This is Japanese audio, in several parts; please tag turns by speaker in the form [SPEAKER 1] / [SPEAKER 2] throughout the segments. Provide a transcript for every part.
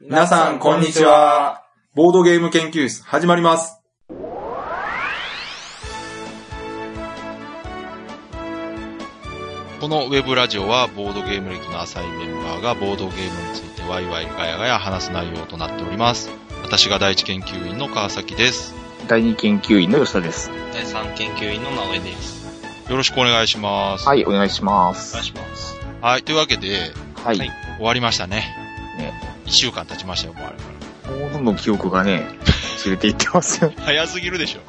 [SPEAKER 1] 皆さん、こんにちは。ボードゲーム研究室、始まります。
[SPEAKER 2] このウェブラジオはボードゲーム歴の浅いメンバーがボードゲームについてワイワイガヤガヤ話す内容となっております。私が第一研究員の川崎です。
[SPEAKER 3] 第二研究員の吉田です。
[SPEAKER 4] 第3研究員の直江です。
[SPEAKER 2] よろしくお願いします。
[SPEAKER 3] はい、お願いしま
[SPEAKER 4] お願い
[SPEAKER 3] す。
[SPEAKER 4] します。
[SPEAKER 2] はい、というわけで、
[SPEAKER 3] はい。
[SPEAKER 4] はい
[SPEAKER 2] 終わりましたね。
[SPEAKER 3] ね
[SPEAKER 2] 1週間経ちましたよ、もうあれから。
[SPEAKER 3] もうどんどん記憶がね、ずれていってますよ。 い
[SPEAKER 2] 早すぎるでしょ。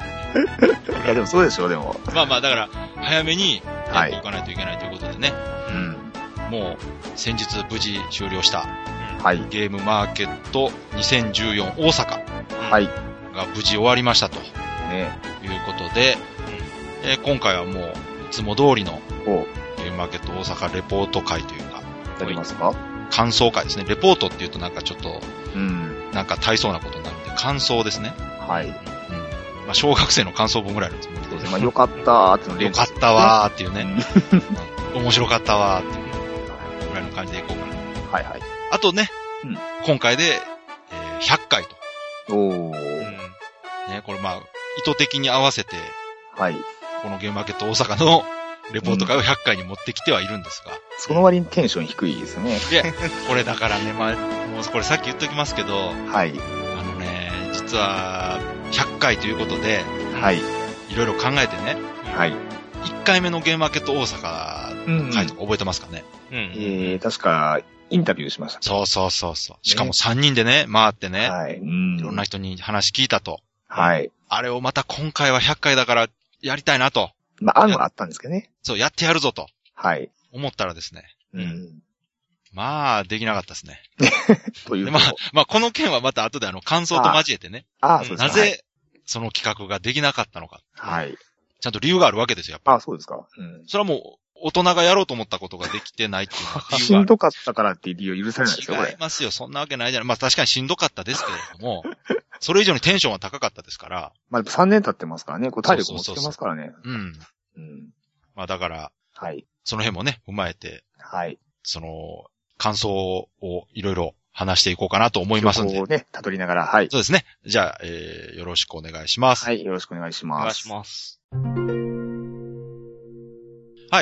[SPEAKER 3] や、でもそうでしょ、でも。
[SPEAKER 2] まあまあ、だから、早めにや
[SPEAKER 3] は
[SPEAKER 2] っ
[SPEAKER 3] い
[SPEAKER 2] ておかないといけないということでね、
[SPEAKER 3] うん。
[SPEAKER 2] もう先日無事終了した
[SPEAKER 3] はい。
[SPEAKER 2] ゲームマーケット2014大阪
[SPEAKER 3] はい。
[SPEAKER 2] が無事終わりましたと。
[SPEAKER 3] ね。
[SPEAKER 2] ということで、えー今回はもう、いつも通りの
[SPEAKER 3] お、
[SPEAKER 2] ゲームマーケット大阪レポート会というか、
[SPEAKER 3] やりますか
[SPEAKER 2] 感想会ですね。レポートっていうとなんかちょっと、
[SPEAKER 3] うん。
[SPEAKER 2] なんか大層なことになるんで、感想ですね。
[SPEAKER 3] はい。
[SPEAKER 2] うん。まあ、小学生の感想文ぐらいのつもり
[SPEAKER 3] そう
[SPEAKER 2] で
[SPEAKER 3] ですね。まあ、よかったーっての
[SPEAKER 2] よかったわーってい うね。
[SPEAKER 3] ね。
[SPEAKER 2] うん面白かったわーっていうねぐらいの感じでいこうかな。
[SPEAKER 3] はいはい。
[SPEAKER 2] あとね、
[SPEAKER 3] うん
[SPEAKER 2] 今回で、えー100回と。
[SPEAKER 3] お
[SPEAKER 4] う
[SPEAKER 3] ー。
[SPEAKER 4] ん。
[SPEAKER 2] ね、これまあ、意図的に合わせて、
[SPEAKER 3] はい。
[SPEAKER 2] このゲームマーケット大阪のレポート会を100回に持ってきてはいるんですが、
[SPEAKER 3] その割にテンション低いですね。
[SPEAKER 2] これだからね、まあ、もうこれさっき言っときますけど、
[SPEAKER 3] はい。
[SPEAKER 2] あのね、実は、100回ということで、
[SPEAKER 3] はい。
[SPEAKER 2] いろいろ考えてね、
[SPEAKER 3] はい。
[SPEAKER 2] 1回目のゲームマーケット大阪
[SPEAKER 3] うん
[SPEAKER 2] 回とか覚えてますかね、
[SPEAKER 4] うん。
[SPEAKER 3] えー、確か、インタビューしました。
[SPEAKER 2] そうそうそうそう。しかも3人でね、回ってね、
[SPEAKER 3] はい。う。
[SPEAKER 2] いろんなん人に話聞いたと。
[SPEAKER 3] はい。
[SPEAKER 2] あれをまた今回は100回だから、やりたいなと。
[SPEAKER 3] まあ、案はあったんですけどね。
[SPEAKER 2] そう、やってやるぞと
[SPEAKER 3] はい。
[SPEAKER 2] 思ったらですね、
[SPEAKER 3] うん。
[SPEAKER 2] まあ、できなかったですね。
[SPEAKER 3] という
[SPEAKER 2] で
[SPEAKER 3] と
[SPEAKER 2] まあ、まあ、この件はまた後であの、感想と交えてね、
[SPEAKER 3] ああ、そうです
[SPEAKER 2] な
[SPEAKER 3] ね
[SPEAKER 2] ぜ、その企画ができなかったのか。
[SPEAKER 3] はい。はい
[SPEAKER 2] ちゃんと理由があるわけですよ、やっぱり
[SPEAKER 3] ああ、そうですか。うん。
[SPEAKER 2] それはもう、大人がやろうと思ったことができてないっていうのは理由
[SPEAKER 3] し
[SPEAKER 2] があ
[SPEAKER 3] ん
[SPEAKER 2] る。
[SPEAKER 3] どかったからっていう理由許されないですよ、こ
[SPEAKER 2] 違い
[SPEAKER 3] れ。
[SPEAKER 2] ますよ。そんなわけないじゃない。まあ確かにしんどかったですけれども、それ以上にテンションは高かったですから、
[SPEAKER 3] まあ、3年経ってますからね。これ体力もつけますからね。
[SPEAKER 2] うん。
[SPEAKER 3] うん。
[SPEAKER 2] まあだから、
[SPEAKER 3] はい。
[SPEAKER 2] その辺もね、踏まえて、
[SPEAKER 3] はい。
[SPEAKER 2] その、感想をいろいろ話していこうかなと思いますんで
[SPEAKER 3] 情報。をね、辿りながら、はい。
[SPEAKER 2] そうですね。じゃあ、えー、よろしくお願いします。
[SPEAKER 3] は
[SPEAKER 2] は。
[SPEAKER 3] いい、よろしくお願いし
[SPEAKER 4] お願
[SPEAKER 3] ま
[SPEAKER 4] い
[SPEAKER 3] す。
[SPEAKER 4] します。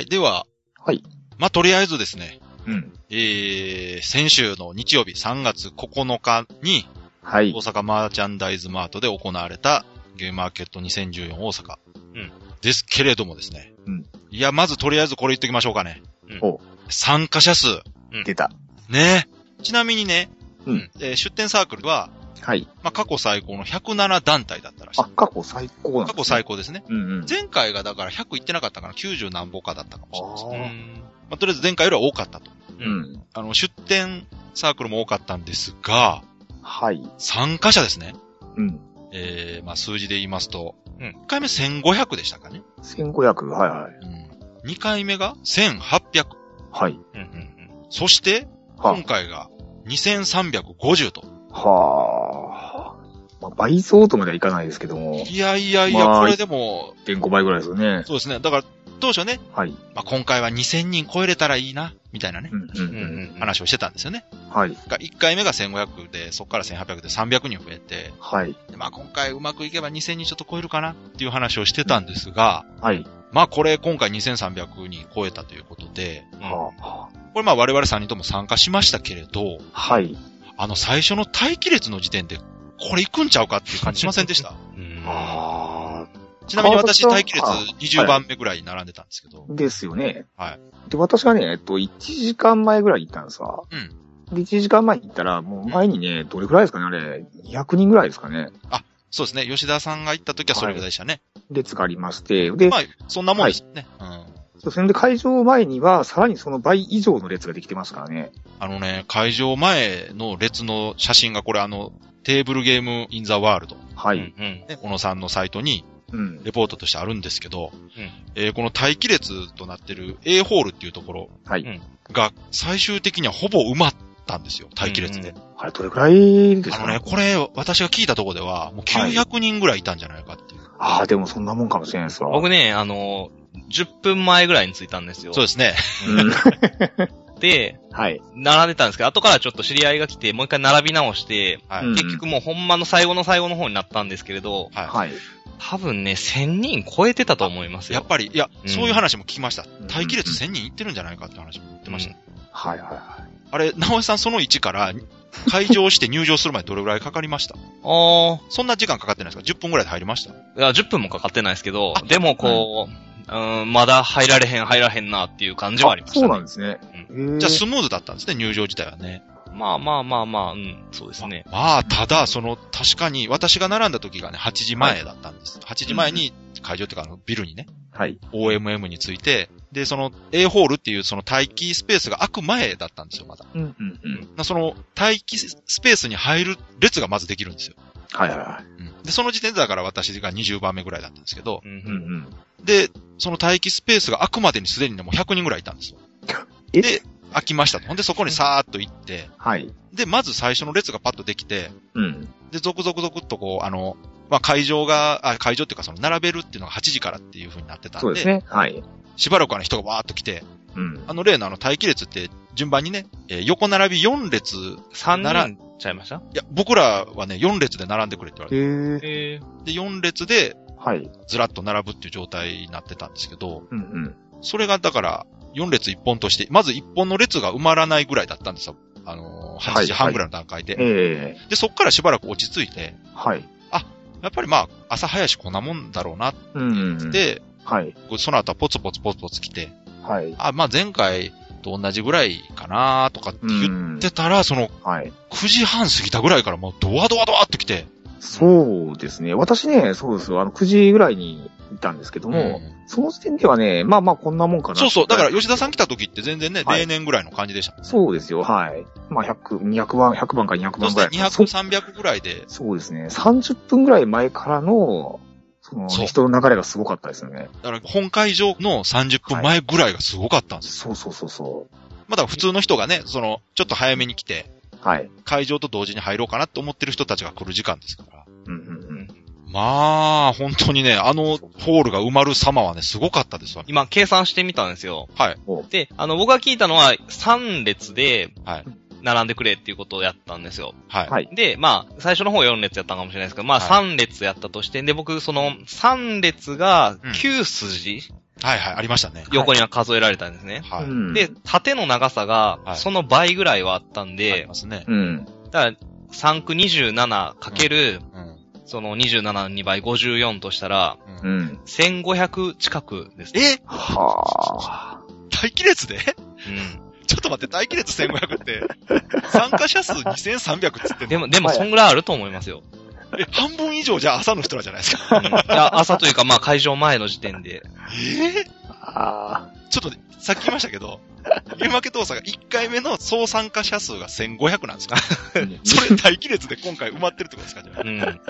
[SPEAKER 2] では、
[SPEAKER 3] はい。
[SPEAKER 2] まあとりあえずですね、
[SPEAKER 3] うん。
[SPEAKER 2] えー、先週の日曜日3月9日に、
[SPEAKER 3] はい
[SPEAKER 2] 大。阪マーチャンダイズマートで行われたゲームマーケット2014大阪。
[SPEAKER 4] うん
[SPEAKER 2] ですけれどもですね。
[SPEAKER 3] うん
[SPEAKER 2] いや、まずとりあえずこれ言っときましょうかね。
[SPEAKER 4] うん
[SPEAKER 3] お
[SPEAKER 2] 参加者数。
[SPEAKER 3] 出た。
[SPEAKER 2] ねちなみにね、
[SPEAKER 3] うん
[SPEAKER 2] えー出展サークルは、
[SPEAKER 3] はい。
[SPEAKER 2] まあ、過去最高の107団体だったらしい
[SPEAKER 3] あ、。過去最高なん
[SPEAKER 2] 過去最
[SPEAKER 3] 高。
[SPEAKER 2] 高ですね。
[SPEAKER 3] うんうん。
[SPEAKER 2] 前回がだから100いってなかったかな、90何歩かだったかもしれないです
[SPEAKER 3] う
[SPEAKER 2] ね。
[SPEAKER 4] う
[SPEAKER 3] あ
[SPEAKER 4] ん。
[SPEAKER 2] まあ、とりあえず前回よりは多かったと。
[SPEAKER 4] う。
[SPEAKER 3] うんん。
[SPEAKER 2] あの、出展サークルも多かったんですが、
[SPEAKER 3] はい。
[SPEAKER 2] 参加者ですね。
[SPEAKER 3] うん。
[SPEAKER 2] えー、まあ、数字で言いますと、
[SPEAKER 4] うん
[SPEAKER 2] 1回目1500でしたかね。
[SPEAKER 3] 1500、はいはい。
[SPEAKER 2] うん。2回目が1800。
[SPEAKER 3] はい。
[SPEAKER 4] うん。うん。
[SPEAKER 2] そして、今
[SPEAKER 3] は、
[SPEAKER 2] 回が2350と。
[SPEAKER 3] はあ。まあ、倍増とまではいかないですけども、
[SPEAKER 2] いやいやいや、
[SPEAKER 3] まあ
[SPEAKER 2] これでも、
[SPEAKER 3] 1.5倍ぐらいですよね。
[SPEAKER 2] そうですね。だから、当初ね、
[SPEAKER 3] はい。
[SPEAKER 2] まあ、今回は2000人超えれたらいいな、みたいなね
[SPEAKER 3] う、んう
[SPEAKER 4] うん
[SPEAKER 3] ん。
[SPEAKER 4] うんうん。
[SPEAKER 2] 話をしてたんですよね。
[SPEAKER 3] はい。
[SPEAKER 2] が1回目が1500で、そこから1800で300人増えて、
[SPEAKER 3] はい。
[SPEAKER 2] でまあ、今回うまくいけば2000人ちょっと超えるかなっていう話をしてたんですが、
[SPEAKER 3] はい。
[SPEAKER 2] まあ、これ今回2300人超えたということで、
[SPEAKER 4] うん。
[SPEAKER 3] はあ。
[SPEAKER 2] これまあ我々3人とも参加しましたけれど、
[SPEAKER 3] はい。
[SPEAKER 2] あの最初の待機列の時点で、これ行くんちゃうかっていう感じしませんでした
[SPEAKER 4] うん。
[SPEAKER 3] あ
[SPEAKER 2] ちなみに私
[SPEAKER 3] 川
[SPEAKER 2] 待
[SPEAKER 3] 崎
[SPEAKER 2] 機
[SPEAKER 3] さん
[SPEAKER 2] 列20番目ぐらいに並んでたんですけど、
[SPEAKER 3] あ、ですよね。
[SPEAKER 2] はい。
[SPEAKER 3] で、私がね、えっと、1時間前ぐらいに行ったんですわ。
[SPEAKER 2] うん
[SPEAKER 3] で、1時間前に行ったら、もう前にね、どれくらいですかね、あれ、200人ぐらいですかね。
[SPEAKER 2] そうですね、吉田さんが行った時はそれぐらいでしたね。
[SPEAKER 3] 列がありまして、で、
[SPEAKER 2] まあ、そんなもんですね、うん。
[SPEAKER 3] それで会場前には、さらにその倍以上の列ができてますからね。
[SPEAKER 2] あのね、会場前の列の写真がこれあの、テーブルゲームインザワールド、
[SPEAKER 3] は
[SPEAKER 4] うん。
[SPEAKER 3] い。
[SPEAKER 4] うん。
[SPEAKER 2] ね、小野さんのサイトに
[SPEAKER 3] うん。
[SPEAKER 2] レポートとしてあるんですけど、
[SPEAKER 4] うん
[SPEAKER 2] えーこの待機列となってる A ホールっていうところ
[SPEAKER 3] はい
[SPEAKER 4] うん
[SPEAKER 2] が最終的にはほぼ埋まったんですよ、待機列で。
[SPEAKER 4] うん
[SPEAKER 3] あれ、どれくらいです
[SPEAKER 2] あ
[SPEAKER 3] か
[SPEAKER 2] のね、これ、私が聞いたとこでは、もう900人ぐらいいたんじゃないかっていう。
[SPEAKER 3] ああ、でもそんなもんかもしれないですわ。
[SPEAKER 4] 僕ね、あの、10分前ぐらいに着いたんですよ。。
[SPEAKER 2] そうですすね。
[SPEAKER 3] うん
[SPEAKER 5] て、
[SPEAKER 3] はい。
[SPEAKER 5] 並んでたんですけど、後からちょっと知り合いが来て、もう一回並び直して、
[SPEAKER 2] はい。
[SPEAKER 3] うん
[SPEAKER 5] 結局もうほんまの最後の最後の方になったんですけれど、
[SPEAKER 2] は
[SPEAKER 3] はい。
[SPEAKER 5] 多分ね、1000人超えてたと思います
[SPEAKER 2] い。やっ
[SPEAKER 5] よ。
[SPEAKER 2] ぱり、いや、
[SPEAKER 5] うん
[SPEAKER 2] そういう話も聞きました。
[SPEAKER 3] ん
[SPEAKER 2] 待機列1000人いってるんじゃないかって話も言ってました。
[SPEAKER 3] はいはいは
[SPEAKER 2] あれ、直江さんその1から、会場して入場するまでどれぐらいかかりました
[SPEAKER 5] あ
[SPEAKER 2] そんな時間かかってないですか ?10 分ぐらいで入りました
[SPEAKER 5] あ、いや、10分もかかってないですけど、でもこう、うん、まだ入られへん、入らへんなっていう感じはあり
[SPEAKER 3] い。
[SPEAKER 5] まし
[SPEAKER 3] そう
[SPEAKER 5] た
[SPEAKER 3] なん。
[SPEAKER 5] ね
[SPEAKER 3] ですね。
[SPEAKER 2] じゃ
[SPEAKER 3] へー
[SPEAKER 2] あスムーズだったんですね、入場自体はね。
[SPEAKER 5] まあまあまあまあ、うん、そうですね。
[SPEAKER 2] まあ、ただ、その、確かに、私が並んだ時がね、8時前だったんです。8時前に、会場っていうか、あの、ビルにね、
[SPEAKER 3] はい。
[SPEAKER 2] OMM について、で、その、A ホールっていう、その、待機スペースが開く前だったんですよ、まだ。
[SPEAKER 3] うんうんうん。
[SPEAKER 2] なその、待機スペースに入る列がまずできるんですよ。
[SPEAKER 3] はいはいは
[SPEAKER 2] うん。で、その時点でだから私が20番目ぐらいだったんですけど、
[SPEAKER 5] う、
[SPEAKER 3] い。うんん
[SPEAKER 2] で、その待機スペースが開くまでにすでにねもう100人ぐらいいたんですよ。
[SPEAKER 3] え
[SPEAKER 2] で、開きましたと。ほんで、そこにさーっと行って、
[SPEAKER 3] はい。
[SPEAKER 2] で、まず最初の列がパッとできて、
[SPEAKER 3] うん。
[SPEAKER 2] で、続々続々とこう、あの、まあ、会場が、あ、会場っていうかその、並べるっていうのが8時からっていう風になってたんで、
[SPEAKER 3] そうですね。はい。
[SPEAKER 2] しばらくあの人がわーっと来て、
[SPEAKER 3] うん。
[SPEAKER 2] あの例のあの待機列って順番にね、えー横並び4列、い
[SPEAKER 5] 3人ちゃいました
[SPEAKER 2] や、僕らはね、4列で並んでくれって言われて、
[SPEAKER 3] へえ。
[SPEAKER 5] え
[SPEAKER 2] で、4列で
[SPEAKER 3] はい。
[SPEAKER 2] ずらっと並ぶっていう状態になってたんですけど、
[SPEAKER 3] うんうん。
[SPEAKER 2] それがだから、4列1本として、まず1本の列が埋まらないぐらいだったんですよ。あのー、8時
[SPEAKER 3] は
[SPEAKER 2] 半
[SPEAKER 3] い
[SPEAKER 2] ぐらいの段階で。
[SPEAKER 3] ええ。
[SPEAKER 2] で、そっからしばらく落ち着いて、
[SPEAKER 3] はい。
[SPEAKER 2] やっぱりまあ、朝早いしこんなもんだろうなって
[SPEAKER 3] うん
[SPEAKER 2] 言
[SPEAKER 3] う
[SPEAKER 2] っ
[SPEAKER 3] ん。、
[SPEAKER 2] て、
[SPEAKER 3] はい。
[SPEAKER 2] その後はポツポツポツポツ来て、
[SPEAKER 3] はい。
[SPEAKER 2] あ、まあ前回と同じぐらいかなとかって言
[SPEAKER 3] ん
[SPEAKER 2] ってたら、その
[SPEAKER 3] はい。
[SPEAKER 2] 9時半過ぎたぐらいからもうドワドワドワって来て、
[SPEAKER 3] そうですね。私ね、そうですよ。あの、9時ぐらいに行ったんですけども、
[SPEAKER 2] うん
[SPEAKER 3] その時点ではね、まあまあこんなもんかな。
[SPEAKER 2] そうそう、だから吉田
[SPEAKER 3] ん。
[SPEAKER 2] さん来た時って全然ね、
[SPEAKER 3] はい
[SPEAKER 2] 例年ぐらいの感じでした。
[SPEAKER 3] そうですよ。はい。まあ100、200番、100番か200
[SPEAKER 2] そ
[SPEAKER 3] 番
[SPEAKER 2] し
[SPEAKER 3] ぐら
[SPEAKER 2] て
[SPEAKER 3] い。
[SPEAKER 2] 200、300ぐらいで、
[SPEAKER 3] そうですね。30分ぐらい前からの、その、
[SPEAKER 2] そう
[SPEAKER 3] 人の流れがすごかったですよね。
[SPEAKER 2] だから本会場の30分前ぐらいがすごかったんですよ
[SPEAKER 3] そうそうそうそ
[SPEAKER 2] まあだから普通の人がね、その、ちょっと早めに来て、
[SPEAKER 3] う。はい。
[SPEAKER 2] 会場と同時に入ろうかなって思ってる人たちが来る時間ですから。
[SPEAKER 3] うんうん
[SPEAKER 2] まあ、本当にね、あのホールが埋まる様はね、すごかったですわ。
[SPEAKER 5] 今、計算してみたんですよ。
[SPEAKER 2] はい。
[SPEAKER 5] で、あの、僕が聞いたのは、3列で、
[SPEAKER 2] はい
[SPEAKER 5] 並んでくれっていうことをやったんですよ。
[SPEAKER 2] はい。
[SPEAKER 3] はい
[SPEAKER 5] で、まあ、最初の方4列やったんかもしれないですけど、まあ、
[SPEAKER 2] は
[SPEAKER 5] 3列やったとして、で、僕、その、3列が
[SPEAKER 2] うん
[SPEAKER 5] 9筋、
[SPEAKER 2] はいはい、ありましたね。
[SPEAKER 5] 横には数えられたんですね。
[SPEAKER 2] はい。
[SPEAKER 3] う
[SPEAKER 2] あ
[SPEAKER 3] ん。
[SPEAKER 5] で、、縦の長さが
[SPEAKER 2] は、い
[SPEAKER 5] その倍ぐらいはあったん
[SPEAKER 2] り
[SPEAKER 5] で、
[SPEAKER 2] ますね。
[SPEAKER 3] うん。
[SPEAKER 5] だから、3区 27×
[SPEAKER 2] うん。
[SPEAKER 5] その27の2倍54としたら、
[SPEAKER 2] う
[SPEAKER 3] うんん。
[SPEAKER 5] 1500近くですね。
[SPEAKER 2] え
[SPEAKER 3] はあ。
[SPEAKER 2] 待機列で
[SPEAKER 5] う
[SPEAKER 2] ちょっと待って、待機列1500って、参加者数2300っつってんの
[SPEAKER 5] ん。でも、でも、そんぐらいあると思いますよ。
[SPEAKER 2] え半分以上じゃあ朝の人らじゃないですか。
[SPEAKER 5] うんいや朝というか、まあ、会場前の時点で。
[SPEAKER 2] えー
[SPEAKER 3] あ
[SPEAKER 2] ちょっと、さっき言いましたけど、ゲーマーケットさが1回目の総参加者数が1500なんですか
[SPEAKER 3] あ。
[SPEAKER 2] それ待機列で今回埋まってるってことですかじゃあ。
[SPEAKER 5] うん。うん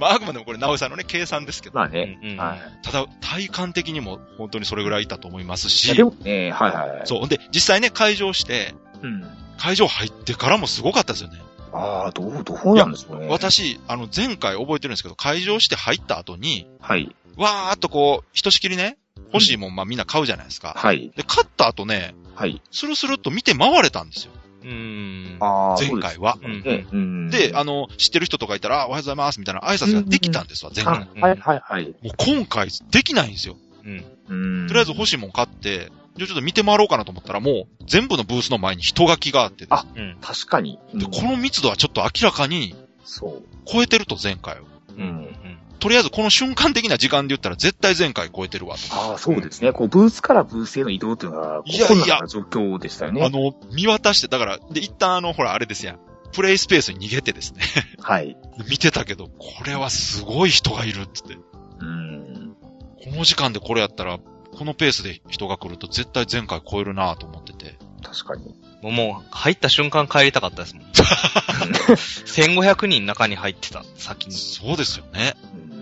[SPEAKER 2] まあ、あくまでもこれ、直江さんのね、計算ですけど、
[SPEAKER 3] まあ
[SPEAKER 5] う
[SPEAKER 3] ね。
[SPEAKER 5] ん。
[SPEAKER 3] はい。
[SPEAKER 2] ただ、体感的にも本当にそれぐらいいたと思います
[SPEAKER 3] い
[SPEAKER 2] し
[SPEAKER 3] や、でもね、はいはいはい。
[SPEAKER 2] そう。で、実際ね、会場して、
[SPEAKER 3] うん。
[SPEAKER 2] 会場入ってからもすごかったですよね。
[SPEAKER 3] ああ、どう、どうなんでしょうね。
[SPEAKER 2] 私、あの、前回覚えてるんですけど、会場して入った後に、
[SPEAKER 3] はい。
[SPEAKER 2] わーっとこう、ひとしきりね、欲しいもん、まあみんな買うじゃないですか。
[SPEAKER 3] はい。
[SPEAKER 2] で、買った後ね、
[SPEAKER 3] はい。
[SPEAKER 2] スルスルっと見て回れたんですよ。
[SPEAKER 5] うん。
[SPEAKER 3] ああ、
[SPEAKER 2] 前回は。
[SPEAKER 5] うん
[SPEAKER 3] そうですね。うん。
[SPEAKER 2] で、あの、知ってる人とかいたら、あおはようございます、みたいな挨拶ができたんですわ、前回。
[SPEAKER 3] あはいはいはい。
[SPEAKER 2] もう今回、できないんですよ。
[SPEAKER 5] うん。
[SPEAKER 3] うん。
[SPEAKER 2] とりあえず欲しいもん買って、じゃあちょっと見て回ろうかなと思ったら、もう全部のブースの前に人垣があって、
[SPEAKER 3] あ
[SPEAKER 5] うん。
[SPEAKER 3] 確かに。
[SPEAKER 2] で
[SPEAKER 3] うん
[SPEAKER 2] この密度はちょっと明らかに
[SPEAKER 3] そう。
[SPEAKER 2] 超えてると前回を。
[SPEAKER 5] うん。うん
[SPEAKER 2] とりあえずこの瞬間的な時間で言ったら絶対前回超えてるわと。
[SPEAKER 3] ああ、そうですね。こう、ブースからブースへの移動というのは、こう
[SPEAKER 2] いやいや
[SPEAKER 3] 困難な状況でしたよ
[SPEAKER 2] あ
[SPEAKER 3] ね。
[SPEAKER 2] の、見渡して、だから、で、一旦あの、ほら、あれですやん。プレイスペースに逃げてですね。
[SPEAKER 3] はい。
[SPEAKER 2] 見てたけど、これはすごい人がいるっつって。こ
[SPEAKER 3] うん。
[SPEAKER 2] の時間でこれやったら、このペースで人が来ると絶対前回超えるなと思ってて。
[SPEAKER 3] 確かに。
[SPEAKER 5] もう、もう、入った瞬間帰りたかったですもん。1500人中に入ってた、先に。
[SPEAKER 2] そうですよね。
[SPEAKER 3] うん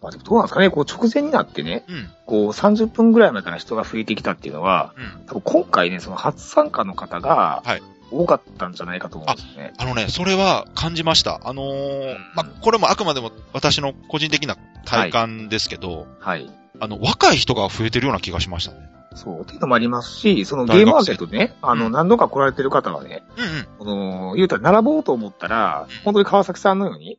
[SPEAKER 3] まあでもどうなんですかね、こう直前になってね、
[SPEAKER 2] うん。
[SPEAKER 3] こう30分ぐらい前から人が増えてきたっていうのは、
[SPEAKER 2] うん。
[SPEAKER 3] 多分今回ね、その初参加の方が
[SPEAKER 2] はい、
[SPEAKER 3] 多かったんじゃないかと思うんですよね。
[SPEAKER 2] あのね、それは感じました。あのー
[SPEAKER 3] うん
[SPEAKER 2] まあ、これもあくまでも私の個人的な体感ですけど、
[SPEAKER 3] はい。
[SPEAKER 2] あの、若い人が増えてるような気がしましたね。
[SPEAKER 3] そう、っていうのもありますし、そのゲ
[SPEAKER 2] 大学生
[SPEAKER 3] ームマーケットね、あの、
[SPEAKER 2] うん
[SPEAKER 3] 何度か来られてる方はね、
[SPEAKER 2] うんうん。
[SPEAKER 3] この、言うたら並ぼうと思ったら、本当に川崎さんのように、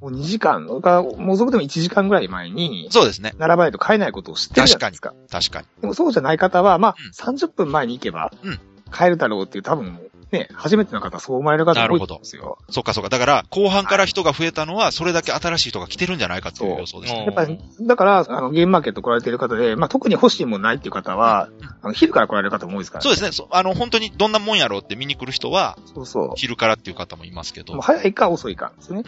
[SPEAKER 3] もう2時間、かもうそれでも1時間ぐらい前に、
[SPEAKER 2] そうですね。
[SPEAKER 3] 並ばないと買えないことを知ってるじゃないですか。
[SPEAKER 2] 確かに。
[SPEAKER 3] でもそうじゃない方は、まあ
[SPEAKER 2] うん、
[SPEAKER 3] 30分前に行けば
[SPEAKER 2] うん、
[SPEAKER 3] 買えるだろうっていう、多分、ね、初めての方、そう思われる方
[SPEAKER 2] な
[SPEAKER 3] 多
[SPEAKER 2] る
[SPEAKER 3] いと
[SPEAKER 2] ほど
[SPEAKER 3] 思うんですよ。
[SPEAKER 2] そっかそっか。だから、後半から人が増えたのは、それだけ新しい人が来てるんじゃないかっていう予想ですね。
[SPEAKER 3] やっぱり、だから、あの、ゲームマーケット来られてる方で、まあ、特に欲しいもんないっていう方は、あの、昼から来られる方も多いですから、
[SPEAKER 2] そうですね。そあの、本当にどんなもんやろうって見に来る人は、
[SPEAKER 3] そうそ
[SPEAKER 2] 昼からっていう方もいますけ
[SPEAKER 3] う。
[SPEAKER 2] ど。
[SPEAKER 3] もう早いか遅いかですね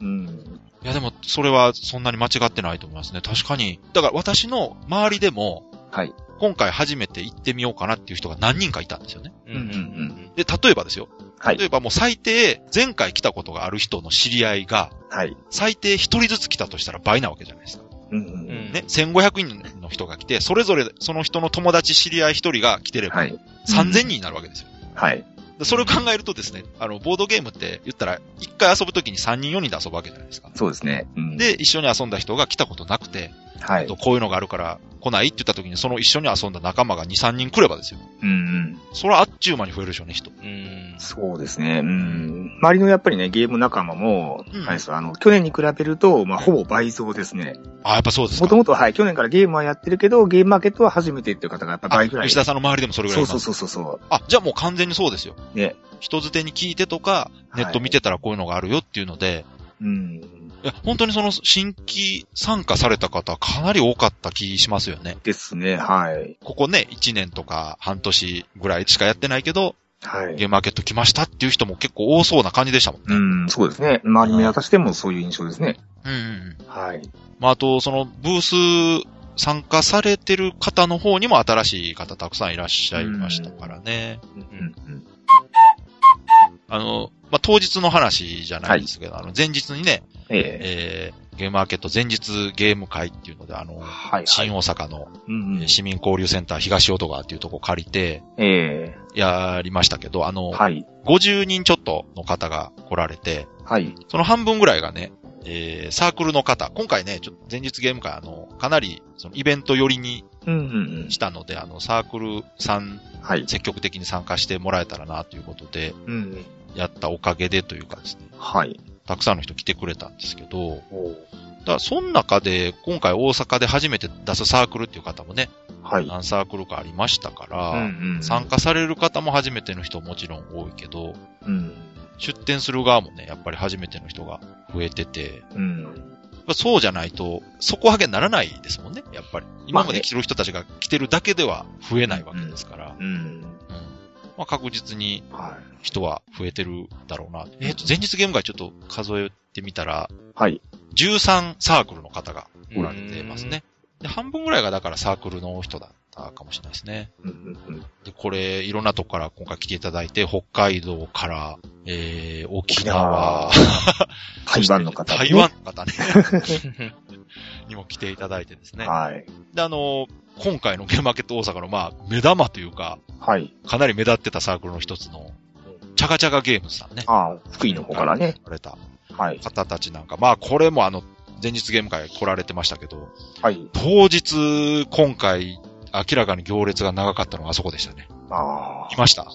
[SPEAKER 2] う。んうん。
[SPEAKER 3] うん。
[SPEAKER 2] いやでも、それはそんなに間違ってないと思いますね。確かに。だから私の周りでも、
[SPEAKER 3] はい。
[SPEAKER 2] 今回初めて行ってみようかなっていう人が何人かいたんですよね。
[SPEAKER 5] うん
[SPEAKER 3] うんうん
[SPEAKER 2] で、例えばですよ。
[SPEAKER 3] はい
[SPEAKER 2] 例えばもう最低、前回来たことがある人の知り合いが、
[SPEAKER 3] はい。
[SPEAKER 2] 最低一人ずつ来たとしたら倍なわけじゃないですか。
[SPEAKER 3] うん
[SPEAKER 5] うん
[SPEAKER 3] うん。
[SPEAKER 5] ん
[SPEAKER 2] ね、1500人の人が来て、それぞれその人の友達知り合い一人が来てれば、
[SPEAKER 3] はい。
[SPEAKER 2] 3000人になるわけですよ。
[SPEAKER 3] はい。
[SPEAKER 2] でそれを考えるとですね、あの、ボードゲームって言ったら、一回遊ぶときに3人4人で遊ぶわけじゃないですか。
[SPEAKER 3] そうですね。うん、
[SPEAKER 2] で、一緒に遊んだ人が来たことなくて、
[SPEAKER 3] はい。
[SPEAKER 2] とこういうのがあるから来ないって言った時にその一緒に遊んだ仲間が2、3人来ればですよ。
[SPEAKER 3] うんうん。
[SPEAKER 2] それはあっちゅう間に増えるでしょうね、人。
[SPEAKER 5] うん。
[SPEAKER 3] そうですね。うん。周りのやっぱりね、ゲーム仲間も、
[SPEAKER 2] うん
[SPEAKER 3] はいそうあの、去年に比べると、まあ、ほぼ倍増ですね。
[SPEAKER 2] あ、やっぱそうですか。
[SPEAKER 3] もともと、はい、去年からゲームはやってるけど、ゲームマーケットは初めてっていう方がやっぱ
[SPEAKER 2] あ
[SPEAKER 3] 倍ぐらい。
[SPEAKER 2] 吉田さんの周りでもそれぐらい
[SPEAKER 3] そ
[SPEAKER 2] いうます
[SPEAKER 3] そうそうそうそ
[SPEAKER 2] あ、じゃあもう完全にそうですよ。
[SPEAKER 3] う。ね。
[SPEAKER 2] 人づてに聞いてとか、ネット見てたらこういうのがあるよっていうので、
[SPEAKER 3] うん。
[SPEAKER 2] い、や、本当にその新規参加された方かなり多かった気しますよね。
[SPEAKER 3] ですね、はい。
[SPEAKER 2] ここね、1年とか半年ぐらいしかやってないけど、
[SPEAKER 3] は
[SPEAKER 2] ゲー
[SPEAKER 3] い。
[SPEAKER 2] ムマーケット来ましたっていう人も結構多そうな感じでしたもん
[SPEAKER 3] う
[SPEAKER 2] ね。
[SPEAKER 3] ん、そうですね。周りの私でもそういう印象ですね。
[SPEAKER 2] うんうん。
[SPEAKER 3] はい。
[SPEAKER 2] まあ、あと、その、ブース参加されてる方の方にも新しい方たくさんいらっしゃいましたからね。
[SPEAKER 3] うん、うん。
[SPEAKER 2] あの、まあ、当日の話じゃないですけど、あの、前日にね、
[SPEAKER 3] ええ
[SPEAKER 2] えー、ゲームマーケット前日ゲーム会っていうので、あの、
[SPEAKER 3] はい、は
[SPEAKER 2] 新
[SPEAKER 3] い。
[SPEAKER 2] 大阪の
[SPEAKER 3] うんうん
[SPEAKER 2] えー市民交流センター東淀川っていうとこ借りて
[SPEAKER 3] ええ
[SPEAKER 2] やりましたけど、あの、
[SPEAKER 3] はい。
[SPEAKER 2] 50人ちょっとの方が来られて、
[SPEAKER 3] はい。
[SPEAKER 2] その半分ぐらいがね、えー、サークルの方、今回ね、ちょっと前日ゲーム会、あの、かなり、そのイベント寄りに
[SPEAKER 3] うん、うん、うん
[SPEAKER 2] し。たので、あの、サークルさん、
[SPEAKER 3] はい。
[SPEAKER 2] 積極的に参加してもらえたらな、ということで、
[SPEAKER 3] うん。
[SPEAKER 2] やったおかげでというかですね、
[SPEAKER 3] はい。
[SPEAKER 2] たくさんの人来てくれたんですけど、
[SPEAKER 3] おう
[SPEAKER 2] だから、その中で、今回大阪で初めて出すサークルっていう方もね、
[SPEAKER 3] はい。
[SPEAKER 2] 何サークルかありましたから、
[SPEAKER 3] うん、うん。
[SPEAKER 2] 参加される方も初めての人もちろん多いけど、
[SPEAKER 3] うん。
[SPEAKER 2] 出展する側もね、やっぱり初めての人が増えてて、
[SPEAKER 3] うん。
[SPEAKER 2] やっぱそうじゃないと、底上げにならないですもんね、やっぱり。今ま
[SPEAKER 3] まあ
[SPEAKER 2] で
[SPEAKER 3] ね
[SPEAKER 2] 来てる人たちが来てるだけでは増えないわけですから、
[SPEAKER 3] うん。
[SPEAKER 2] うんまあ、確実に
[SPEAKER 3] は
[SPEAKER 2] 人は増えてるだろうな。えっ、と、前日ゲーム会ちょっと数えてみたら、
[SPEAKER 3] い。はい。
[SPEAKER 2] 13サークルの方がおられてますね。で、半分ぐらいがだからサークルの人だったかもしれないですね。
[SPEAKER 3] うんうんうん
[SPEAKER 2] で、これ、いろんなとこから今回来ていただいて、北海道から、えー、沖
[SPEAKER 3] 沖
[SPEAKER 2] 縄
[SPEAKER 3] 縄、 台湾の方、
[SPEAKER 2] そして台湾の方ね、 にも来ていただいてですね。
[SPEAKER 3] はい。
[SPEAKER 2] で、あの、今回のゲームマーケット大阪の、まあ、目玉というか、
[SPEAKER 3] はい。
[SPEAKER 2] かなり目立ってたサークルの一つの、チャカチャカゲームズさんね。
[SPEAKER 3] ああ、福井の方からね。
[SPEAKER 2] 来られた
[SPEAKER 3] はい。
[SPEAKER 2] 方たちなんか、まあ、これもあの、前日ゲーム会来られてましたけど、
[SPEAKER 3] はい。
[SPEAKER 2] 当日、今回、明らかに行列が長かったのがあそこでしたね。
[SPEAKER 3] あ
[SPEAKER 2] いました。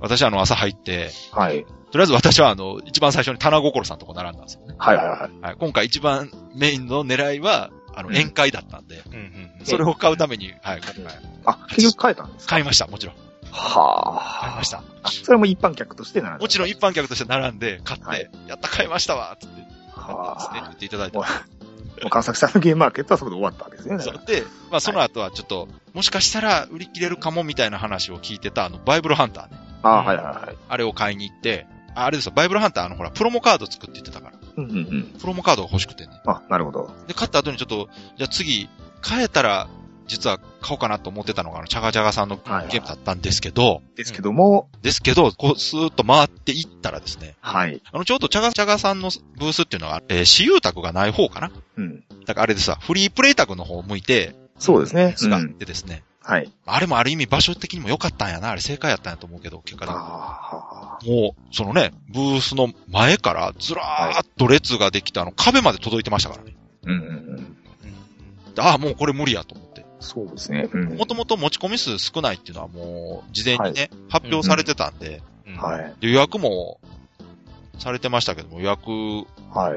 [SPEAKER 2] 私、あの、朝入って、
[SPEAKER 3] あ。はい。
[SPEAKER 2] とりあえず私はあの、一番最初に棚心さんとこ並んだんですよね。
[SPEAKER 3] はいはいはい。
[SPEAKER 2] はい。今回一番メインの狙いは、あの、
[SPEAKER 3] うん
[SPEAKER 2] 宴会だったんで、
[SPEAKER 5] うんうん
[SPEAKER 2] それを買うために、はい、今回。
[SPEAKER 3] あ、結局変えたんですか
[SPEAKER 2] 買いました、もちろん。
[SPEAKER 3] は
[SPEAKER 2] 買いました。
[SPEAKER 3] あ。それも一般客としてなら
[SPEAKER 2] もちろん一般客として並んで、買って、
[SPEAKER 3] はい
[SPEAKER 2] やった、買いましたわつって、買ったんですね、
[SPEAKER 3] は
[SPEAKER 2] 言っていただい
[SPEAKER 3] も
[SPEAKER 2] た。
[SPEAKER 3] あ。もう川崎さんのゲームマーケットはそこで終わったわけですね。
[SPEAKER 2] そうで、まあその後はちょっと、もしかしたら売り切れるかもみたいな話を聞いてた、あの、バイブルハンターね。
[SPEAKER 3] ああ、はいはいはい。
[SPEAKER 2] あれを買いに行って、ああれですよ、バイブルハンター、あの、ほら、プロモカード作って言ってたから。
[SPEAKER 3] うんうんうん。
[SPEAKER 2] プロモカードが欲しくてね。
[SPEAKER 3] あ、なるほど。
[SPEAKER 2] で、買った後にちょっと、じゃあ次、買えたら、実は買おうかなと思ってたのが、あの、チャガチャガさんのゲ
[SPEAKER 3] はいはい
[SPEAKER 2] ームだったんですけど、
[SPEAKER 3] ですけども、
[SPEAKER 2] ですけど、こう、スーッと回っていったらですね、
[SPEAKER 3] はい。
[SPEAKER 2] あの、ちょうどチャガチャガさんのブースっていうのは、えー、私有宅がない方かな
[SPEAKER 3] うん。
[SPEAKER 2] だからあれでさ、フリープレイ宅の方を向いて、
[SPEAKER 3] そうですね。
[SPEAKER 2] 使ってですね、
[SPEAKER 3] はい。
[SPEAKER 2] あれもある意味場所的にも良かったんやな、あれ正解やったんやと思うけど、結果
[SPEAKER 3] あ
[SPEAKER 2] 的に
[SPEAKER 3] あ。
[SPEAKER 2] もう、そのね、ブースの前からずらーっと列ができたあの壁まで届いてましたからね。
[SPEAKER 3] うんうんうん。
[SPEAKER 2] でああ、もうこれ無理やと思って。
[SPEAKER 3] そうですね。うん
[SPEAKER 2] もともと持ち込み数少ないっていうのはもう、事前にね、発表されてたんで、
[SPEAKER 5] うん
[SPEAKER 3] はい。
[SPEAKER 2] で予約もされてましたけども、予約、も
[SPEAKER 3] はい。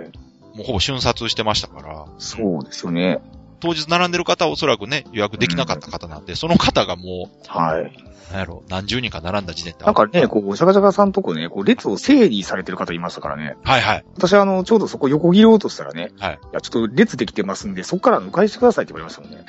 [SPEAKER 2] うほぼ瞬殺してましたから、
[SPEAKER 3] そうですよね。
[SPEAKER 2] 当日並んでる方はおそらくね、予約できなかった方なんで、その方がも
[SPEAKER 3] はい。
[SPEAKER 2] う、なんやろ、何十人か並んだ時点で。
[SPEAKER 3] なんかね、こう、シャカシャカさんとこね、こう、列を整理されてる方いましたからね。
[SPEAKER 2] はいはい。
[SPEAKER 3] 私あの、ちょうどそこ横切ろうとしたらね、
[SPEAKER 2] はい。
[SPEAKER 3] や、ちょっと列できてますんで、そこから迂回してくださいって言われましたもん ね。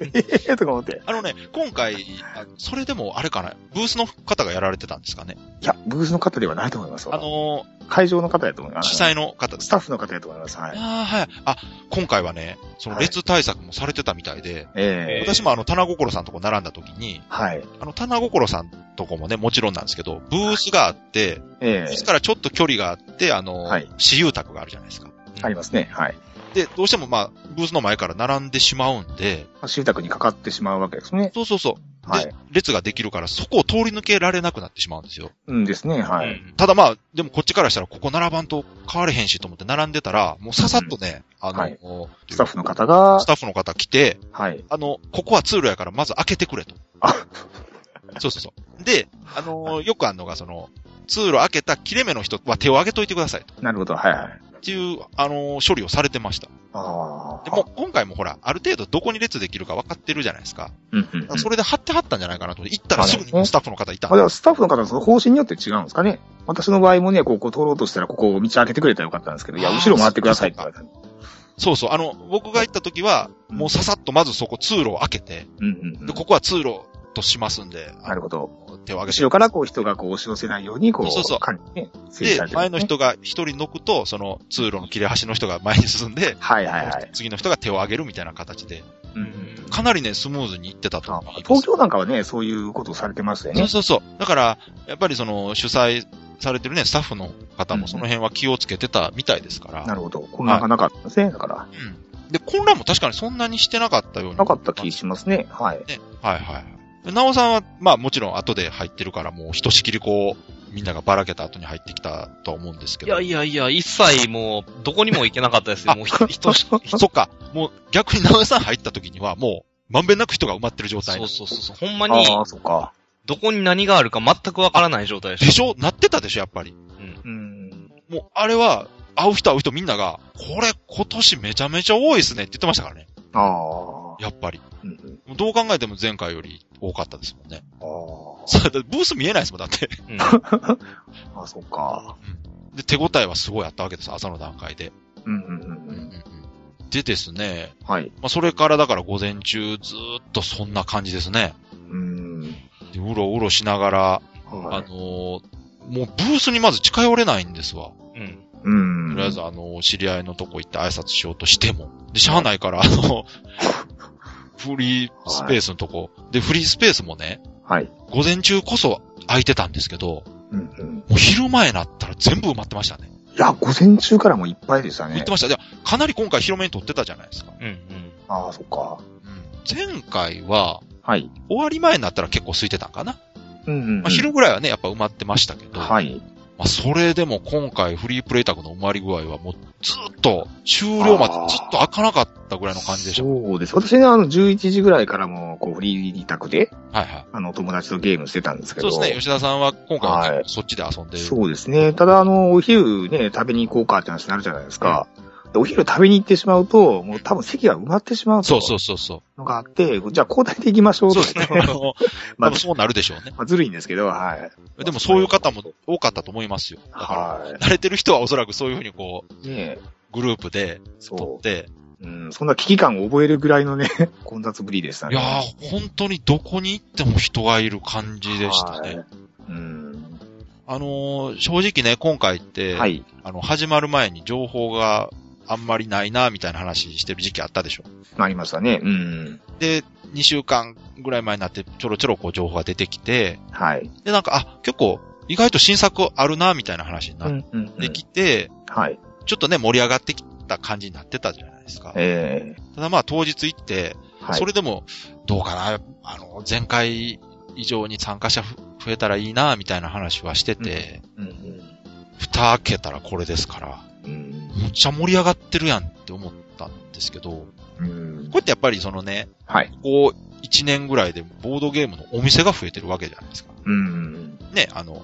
[SPEAKER 3] ええとか思って。
[SPEAKER 2] あのね、今回、あそれでもあれかな、ブースの方がやられてたんですかね。
[SPEAKER 3] いや、ブースの方ではないと思いますわ
[SPEAKER 2] あの
[SPEAKER 3] 会場の方やと思い
[SPEAKER 2] ー、
[SPEAKER 3] ます。
[SPEAKER 2] 主催の方です
[SPEAKER 3] ス。タッフの方やと思います。はい。
[SPEAKER 2] ああ、はい。あ、今回はね、その列対策もされてたみたいで、
[SPEAKER 3] ええ
[SPEAKER 2] 私もあの、棚心さんとこ並んだ時に、
[SPEAKER 3] はい。
[SPEAKER 2] あの、棚心さんとこもね、もちろんなんですけど、ブースがあって、
[SPEAKER 3] え
[SPEAKER 2] ブ
[SPEAKER 3] え
[SPEAKER 2] ースからちょっと距離があって、あの、
[SPEAKER 3] はい
[SPEAKER 2] 私有宅があるじゃないですか。
[SPEAKER 3] ありますね。はい。
[SPEAKER 2] で、どうしてもまあ、ブースの前から並んでしまうんで、
[SPEAKER 3] まあ、集託にかかってしまうわけですね。
[SPEAKER 2] そうそうそう。
[SPEAKER 3] は
[SPEAKER 2] で、
[SPEAKER 3] い。
[SPEAKER 2] 列ができるから、そこを通り抜けられなくなってしまうんですよ。
[SPEAKER 3] うんですね。は
[SPEAKER 5] う
[SPEAKER 3] い。
[SPEAKER 5] ん
[SPEAKER 2] ただまあ、でもこっちからしたら、ここ並ばんと変われへんしと思って並んでたら、もうささっとね、あの、
[SPEAKER 3] はいス
[SPEAKER 2] ス
[SPEAKER 3] タッフの方が
[SPEAKER 2] ス、タッフの方来て、
[SPEAKER 3] はい。
[SPEAKER 2] あの、ここは通路やからまず開けてくれと。
[SPEAKER 3] あ
[SPEAKER 2] そうそうそう。で、あのーよくあるのが、その、通路開けた切れ目の人は手を挙げといてくださいと。
[SPEAKER 3] なるほど。はいはい。
[SPEAKER 2] っていう、あのー処理をされてました。
[SPEAKER 3] ああ。
[SPEAKER 2] でも、今回もほら、ある程度どこに列できるか分かってるじゃないですか。
[SPEAKER 3] うんうんうん、
[SPEAKER 2] だからそれで貼って貼ったんじゃないかなと思って、行ったらすぐにスタッフの方いた
[SPEAKER 3] まあ、でもスタッフの方のその方針によって違うんですかね。私の場合もね、ここ通ろうとしたら、ここを道開けてくれたらよかったんですけど、いや、
[SPEAKER 2] あー
[SPEAKER 3] 後ろ回ってくださいって言われた。
[SPEAKER 2] そうそう。あの、僕が行った時は、もうささっとまずそこ通路を開けて、
[SPEAKER 3] うんうんうん
[SPEAKER 2] で、ここは通路としますんで、あ
[SPEAKER 3] なるほど。
[SPEAKER 2] の手を挙げ
[SPEAKER 3] 後
[SPEAKER 2] て
[SPEAKER 3] ろからこう人がこう押し寄せないように、こう、
[SPEAKER 2] そうそう
[SPEAKER 3] 管理ね、整理
[SPEAKER 2] で
[SPEAKER 3] され、てる
[SPEAKER 2] 前
[SPEAKER 3] んで
[SPEAKER 2] の
[SPEAKER 3] すね。
[SPEAKER 2] 人が一人抜くと、その通路の切れ端の人が前に進んで、
[SPEAKER 3] はいはいはい。
[SPEAKER 2] 次の人が手を挙げるみたいな形で、
[SPEAKER 3] うんうん
[SPEAKER 2] かなりね、スムーズにいってたと
[SPEAKER 3] あ
[SPEAKER 2] 思います。
[SPEAKER 3] 東京なんかはね、そういうことをされてましたよ
[SPEAKER 2] そ
[SPEAKER 3] ね
[SPEAKER 2] う。そうそう。だから、やっぱりその主催されてるね、スタッフの方
[SPEAKER 3] うん
[SPEAKER 2] もその辺は気をつけてたみたいですから。
[SPEAKER 3] なるほど。混乱がなかったんですね。だから、
[SPEAKER 2] うん。で、混乱も確かにそんなにしてなかったように。
[SPEAKER 3] なかった気しますね。はい。
[SPEAKER 2] ね。はいはい。でなおさんは、まあもちろん後で入ってるから、もうひとしきりこう、みんながばらけた後に入ってきたとは思うんですけ
[SPEAKER 5] い
[SPEAKER 2] ど。
[SPEAKER 5] やいやいや、一切もう、どこにも行けなかったですよ。もうひ、ひとし、
[SPEAKER 2] そっか。もう逆になおさん入った時には、もう、まんべんなく人が埋まってる状態
[SPEAKER 5] そう。そうそうそう。ほんまに、
[SPEAKER 3] ああ、そっか。
[SPEAKER 5] どこに何があるか全くわからない状態で
[SPEAKER 2] で
[SPEAKER 5] し
[SPEAKER 2] しょなってたでしょやっぱり。
[SPEAKER 5] た。うん。
[SPEAKER 3] うん。
[SPEAKER 2] もう、あれは、会う人会う人みんなが、これ今年めちゃめちゃ多いですねって言ってましたからね。
[SPEAKER 3] ああ。
[SPEAKER 2] やっぱり。
[SPEAKER 3] うんうん
[SPEAKER 2] もうどう考えても前回より多かったですもんね。
[SPEAKER 3] あ
[SPEAKER 2] そうだってブース見えないですもん、だって。
[SPEAKER 5] うん。
[SPEAKER 3] あ。あ、そっか。
[SPEAKER 2] で、手応えはすごいあったわけです、朝の段階で。
[SPEAKER 3] うんうんうんうん。
[SPEAKER 2] でですね、
[SPEAKER 3] はい。
[SPEAKER 2] まあ、それからだから午前中ずーっとそんな感じですね。
[SPEAKER 3] うん。
[SPEAKER 2] でうろうろしながら、あ
[SPEAKER 3] は
[SPEAKER 2] の
[SPEAKER 3] い。
[SPEAKER 2] ーもうブースにまず近寄れないんですわ。
[SPEAKER 5] うん。
[SPEAKER 3] うん。
[SPEAKER 2] とりあえず、あの、知り合いのとこ行って挨拶しようとしても。で、しゃあないから、あ の、フリースペースのとこ。で、フリースペースもね、
[SPEAKER 3] はい。
[SPEAKER 2] 午前中こそ空いてたんですけど、
[SPEAKER 3] うんうん。
[SPEAKER 2] もう昼前になったら全部埋まってましたね。
[SPEAKER 3] いや、午前中からもういっぱいでした
[SPEAKER 2] 言
[SPEAKER 3] ね
[SPEAKER 2] って。ました。いや、かなり今回広めに撮ってたじゃないですか。
[SPEAKER 5] うん。うん。
[SPEAKER 3] ああ、そっか。
[SPEAKER 2] 前回は、
[SPEAKER 3] はい。
[SPEAKER 2] 終わり前になったら結構空いてたんかな。
[SPEAKER 3] うんうんうん
[SPEAKER 2] まあ、昼ぐらいはね、やっぱ埋まってましたけど、
[SPEAKER 3] はい。
[SPEAKER 2] まあ、それでも今回フリープレイ宅の埋まり具合はもうずっと終了までずっと開かなかったぐらいの感じでした。
[SPEAKER 3] そうです。私ね、あの、11時ぐらいからも、こう、フリー二択で、
[SPEAKER 2] はいはい。
[SPEAKER 3] あの、友達とゲームしてたんですけ
[SPEAKER 2] そう
[SPEAKER 3] ど。
[SPEAKER 2] ですね。吉田さんは今回は
[SPEAKER 3] は
[SPEAKER 2] ね
[SPEAKER 3] い
[SPEAKER 2] そっちで遊んでる。
[SPEAKER 3] そうですね。ただ、あの、お昼ね、食べに行こうかって話になるじゃないですか。でお昼食べに行ってしまうと、もう多分席が埋まってしまうと
[SPEAKER 2] そうそうそうそう。
[SPEAKER 3] のがあって、じゃあ交代で行きましょう
[SPEAKER 2] そ
[SPEAKER 3] と
[SPEAKER 2] う
[SPEAKER 3] か
[SPEAKER 2] ですね。あ
[SPEAKER 3] ね
[SPEAKER 2] の、
[SPEAKER 3] ま
[SPEAKER 2] 多
[SPEAKER 3] あ
[SPEAKER 2] 分そうなるでしょうね。
[SPEAKER 3] まあ、ずるいんですけど、はい。
[SPEAKER 2] でもそういう方も多かったと思いますよ。だか
[SPEAKER 3] は
[SPEAKER 2] ら、慣れてる人はおそらくそういうふうにこう、
[SPEAKER 3] い。ねえ
[SPEAKER 2] グループで撮
[SPEAKER 3] そ
[SPEAKER 2] って、
[SPEAKER 3] う。うん、そんな危機感を覚えるぐらいのね、 混雑ぶりでした
[SPEAKER 2] い
[SPEAKER 3] ね。
[SPEAKER 2] やー、本当にどこに行っても人がいる感じでしたね
[SPEAKER 3] は。い。うん。
[SPEAKER 2] あのー正直ね、今回って、
[SPEAKER 3] はい。
[SPEAKER 2] あの、始まる前に情報があんまりないな、みたいな話してる時期あったでしょ。
[SPEAKER 3] なりましたね。うん。
[SPEAKER 2] で、2週間ぐらい前になって、ちょろちょろこう情報が出てきて、
[SPEAKER 3] はい。
[SPEAKER 2] で、なんか、あ、結構、意外と新作あるな、みたいな話になっ
[SPEAKER 3] ん、うん
[SPEAKER 2] てきて、
[SPEAKER 3] はい。
[SPEAKER 2] ちょっとね、盛り上がってきた感じになってたじゃないですか。
[SPEAKER 3] え
[SPEAKER 2] ただまあ、当日行って、
[SPEAKER 3] ー、はい。
[SPEAKER 2] それでも、どうかな、あの、前回以上に参加者ふ増えたらいいな、みたいな話はしてて、
[SPEAKER 3] うん、
[SPEAKER 2] 蓋開けたらこれですから、
[SPEAKER 3] うん。
[SPEAKER 2] むっちゃ盛り上がってるやんって思ったんですけど、
[SPEAKER 3] うん。
[SPEAKER 2] これってやっぱりそのね、
[SPEAKER 3] はい。
[SPEAKER 2] こう、1年ぐらいでボードゲームのお店が増えてるわけじゃないですか。
[SPEAKER 3] うん。
[SPEAKER 2] ね、あの、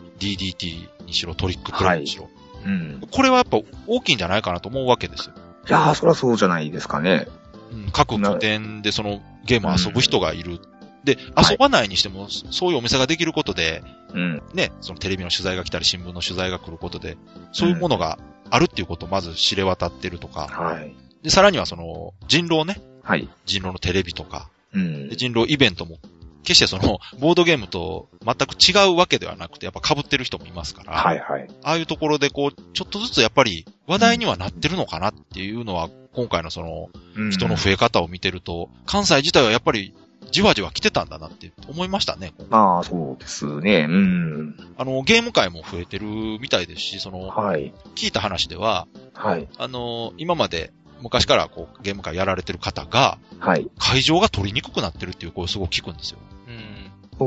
[SPEAKER 2] DDT にしろ、トリックプレイにしろ。
[SPEAKER 3] うん。
[SPEAKER 2] これはやっぱ大きいんじゃないかなと思うわけですよ。
[SPEAKER 3] いやー、そりゃそうじゃないですかね。
[SPEAKER 2] うん各拠点でそのゲームを遊ぶ人がいる。で、遊ばないにしても、そういうお店ができることで、
[SPEAKER 3] うん。
[SPEAKER 2] ね、そのテレビの取材が来たり、新聞の取材が来ることで、そういうものがあるっていうことをまず知れ渡ってるとか、
[SPEAKER 3] はい。
[SPEAKER 2] で、さらにはその、人狼ね、
[SPEAKER 3] はい。
[SPEAKER 2] 人狼のテレビとか、
[SPEAKER 3] うん
[SPEAKER 2] で。人狼イベントも、決してその、ボードゲームと全く違うわけではなくて、やっぱ被ってる人もいますから、
[SPEAKER 3] はいはい。
[SPEAKER 2] ああいうところでこう、ちょっとずつやっぱり話題にはなってるのかなっていうのは、今回のその、人の
[SPEAKER 3] え。
[SPEAKER 2] 増え方を見てると、関西自体はやっぱりじわじわ来てたんだなって思いましたね。
[SPEAKER 3] まあ、そうですね。うん。
[SPEAKER 2] あの、ゲーム界も増えてるみたいですし、その、
[SPEAKER 3] はい。
[SPEAKER 2] 聞いた話では、
[SPEAKER 3] はい。
[SPEAKER 2] あの、今まで昔からこうゲーム界やられてる方が、
[SPEAKER 3] はい。
[SPEAKER 2] 会場が取りにくくなってるっていう声をすごく聞くんですよ。
[SPEAKER 5] う
[SPEAKER 3] お
[SPEAKER 5] ん。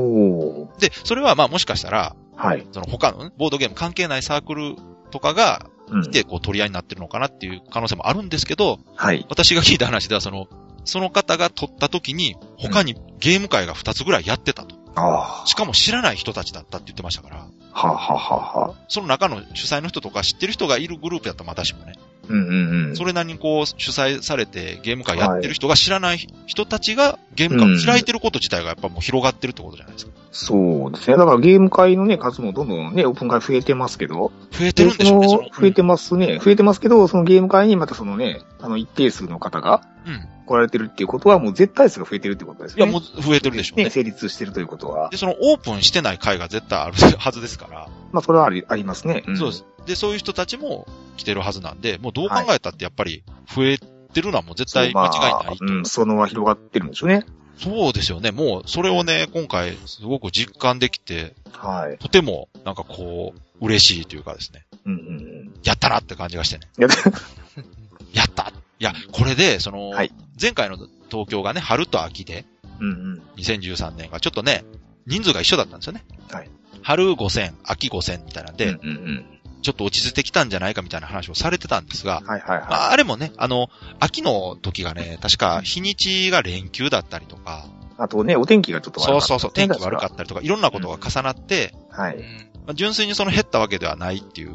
[SPEAKER 3] お。
[SPEAKER 2] で、それはまあもしかしたら、
[SPEAKER 3] はい。
[SPEAKER 2] その他のねボードゲーム関係ないサークルとかが
[SPEAKER 3] うん
[SPEAKER 2] 来てこう取り合いになってるのかなっていう可能性もあるんですけど、
[SPEAKER 3] はい。
[SPEAKER 2] 私が聞いた話ではその、その方が取った時に他にゲーム界が2つぐらいやってたと。
[SPEAKER 3] あ
[SPEAKER 2] しかも知らない人たちだったって言ってましたから、
[SPEAKER 3] あ。はあはあはあはあ。
[SPEAKER 2] その中の主催の人とか知ってる人がいるグループだったら私もね、
[SPEAKER 3] うんうんうん。
[SPEAKER 2] それなりにこう主催されてゲーム会やってる人が知らない人たちがゲーム会を開いてること自体がやっぱもう広がってるってことじゃないですか。
[SPEAKER 3] そうですね。だからゲーム会のね、数もどんどんね、オープン会増えてますけど。
[SPEAKER 2] 増えてるんでしょうね、
[SPEAKER 3] そ
[SPEAKER 2] そ
[SPEAKER 3] の
[SPEAKER 2] の。
[SPEAKER 3] 増えてますね。増えてますけど、そのゲーム会にまたそのね、あの一定数の方が
[SPEAKER 2] うん。い
[SPEAKER 3] 来られてるっていうことは、もう絶対数が増えてるってことですね。
[SPEAKER 2] や、もう増えてるでしょうね
[SPEAKER 3] ね、。成立してるということは。
[SPEAKER 2] で、そのオープンしてない会が絶対あるはずですから、
[SPEAKER 3] まあ、それはありありますね。ん
[SPEAKER 2] そうです。。で、そういう人たちも来てるはずなんで、もうどう考えたってやっぱり増えてるのはもう絶対間違いないと。
[SPEAKER 3] まあうん、その輪広がってるんでしょうね。
[SPEAKER 2] そうですよね。もうそれをね、今回すごく実感できて、
[SPEAKER 3] はい。
[SPEAKER 2] とても、なんかこう、嬉しいというかですね。
[SPEAKER 3] うんうんうん。
[SPEAKER 2] やったなって感じがしてね。
[SPEAKER 3] いや、
[SPEAKER 2] やったいや、これで、その、
[SPEAKER 3] はい
[SPEAKER 2] 前回の東京がね、春と秋で、
[SPEAKER 3] うんうん。
[SPEAKER 2] 2013年がちょっとね、人数が一緒だったんですよね。
[SPEAKER 3] はい
[SPEAKER 2] 春5000、秋5000みたいなんで、
[SPEAKER 3] うんうん
[SPEAKER 2] ちょっと落ち着いてきたんじゃないかみたいな話をされてたんですが
[SPEAKER 3] う、ん。はいはい
[SPEAKER 2] ま
[SPEAKER 3] は
[SPEAKER 2] あ、あれもね、あの、秋の時がね、確か日にちが連休だったりとか、
[SPEAKER 3] い。あとね、お天気がちょっと悪かっ
[SPEAKER 2] そう
[SPEAKER 3] た、
[SPEAKER 2] そうそう、天気悪か
[SPEAKER 3] た。
[SPEAKER 2] ったりとか、いろんなことが重なって、
[SPEAKER 3] は
[SPEAKER 5] う
[SPEAKER 3] い。
[SPEAKER 5] ん
[SPEAKER 2] まあ純粋にその減ったわけではないっていう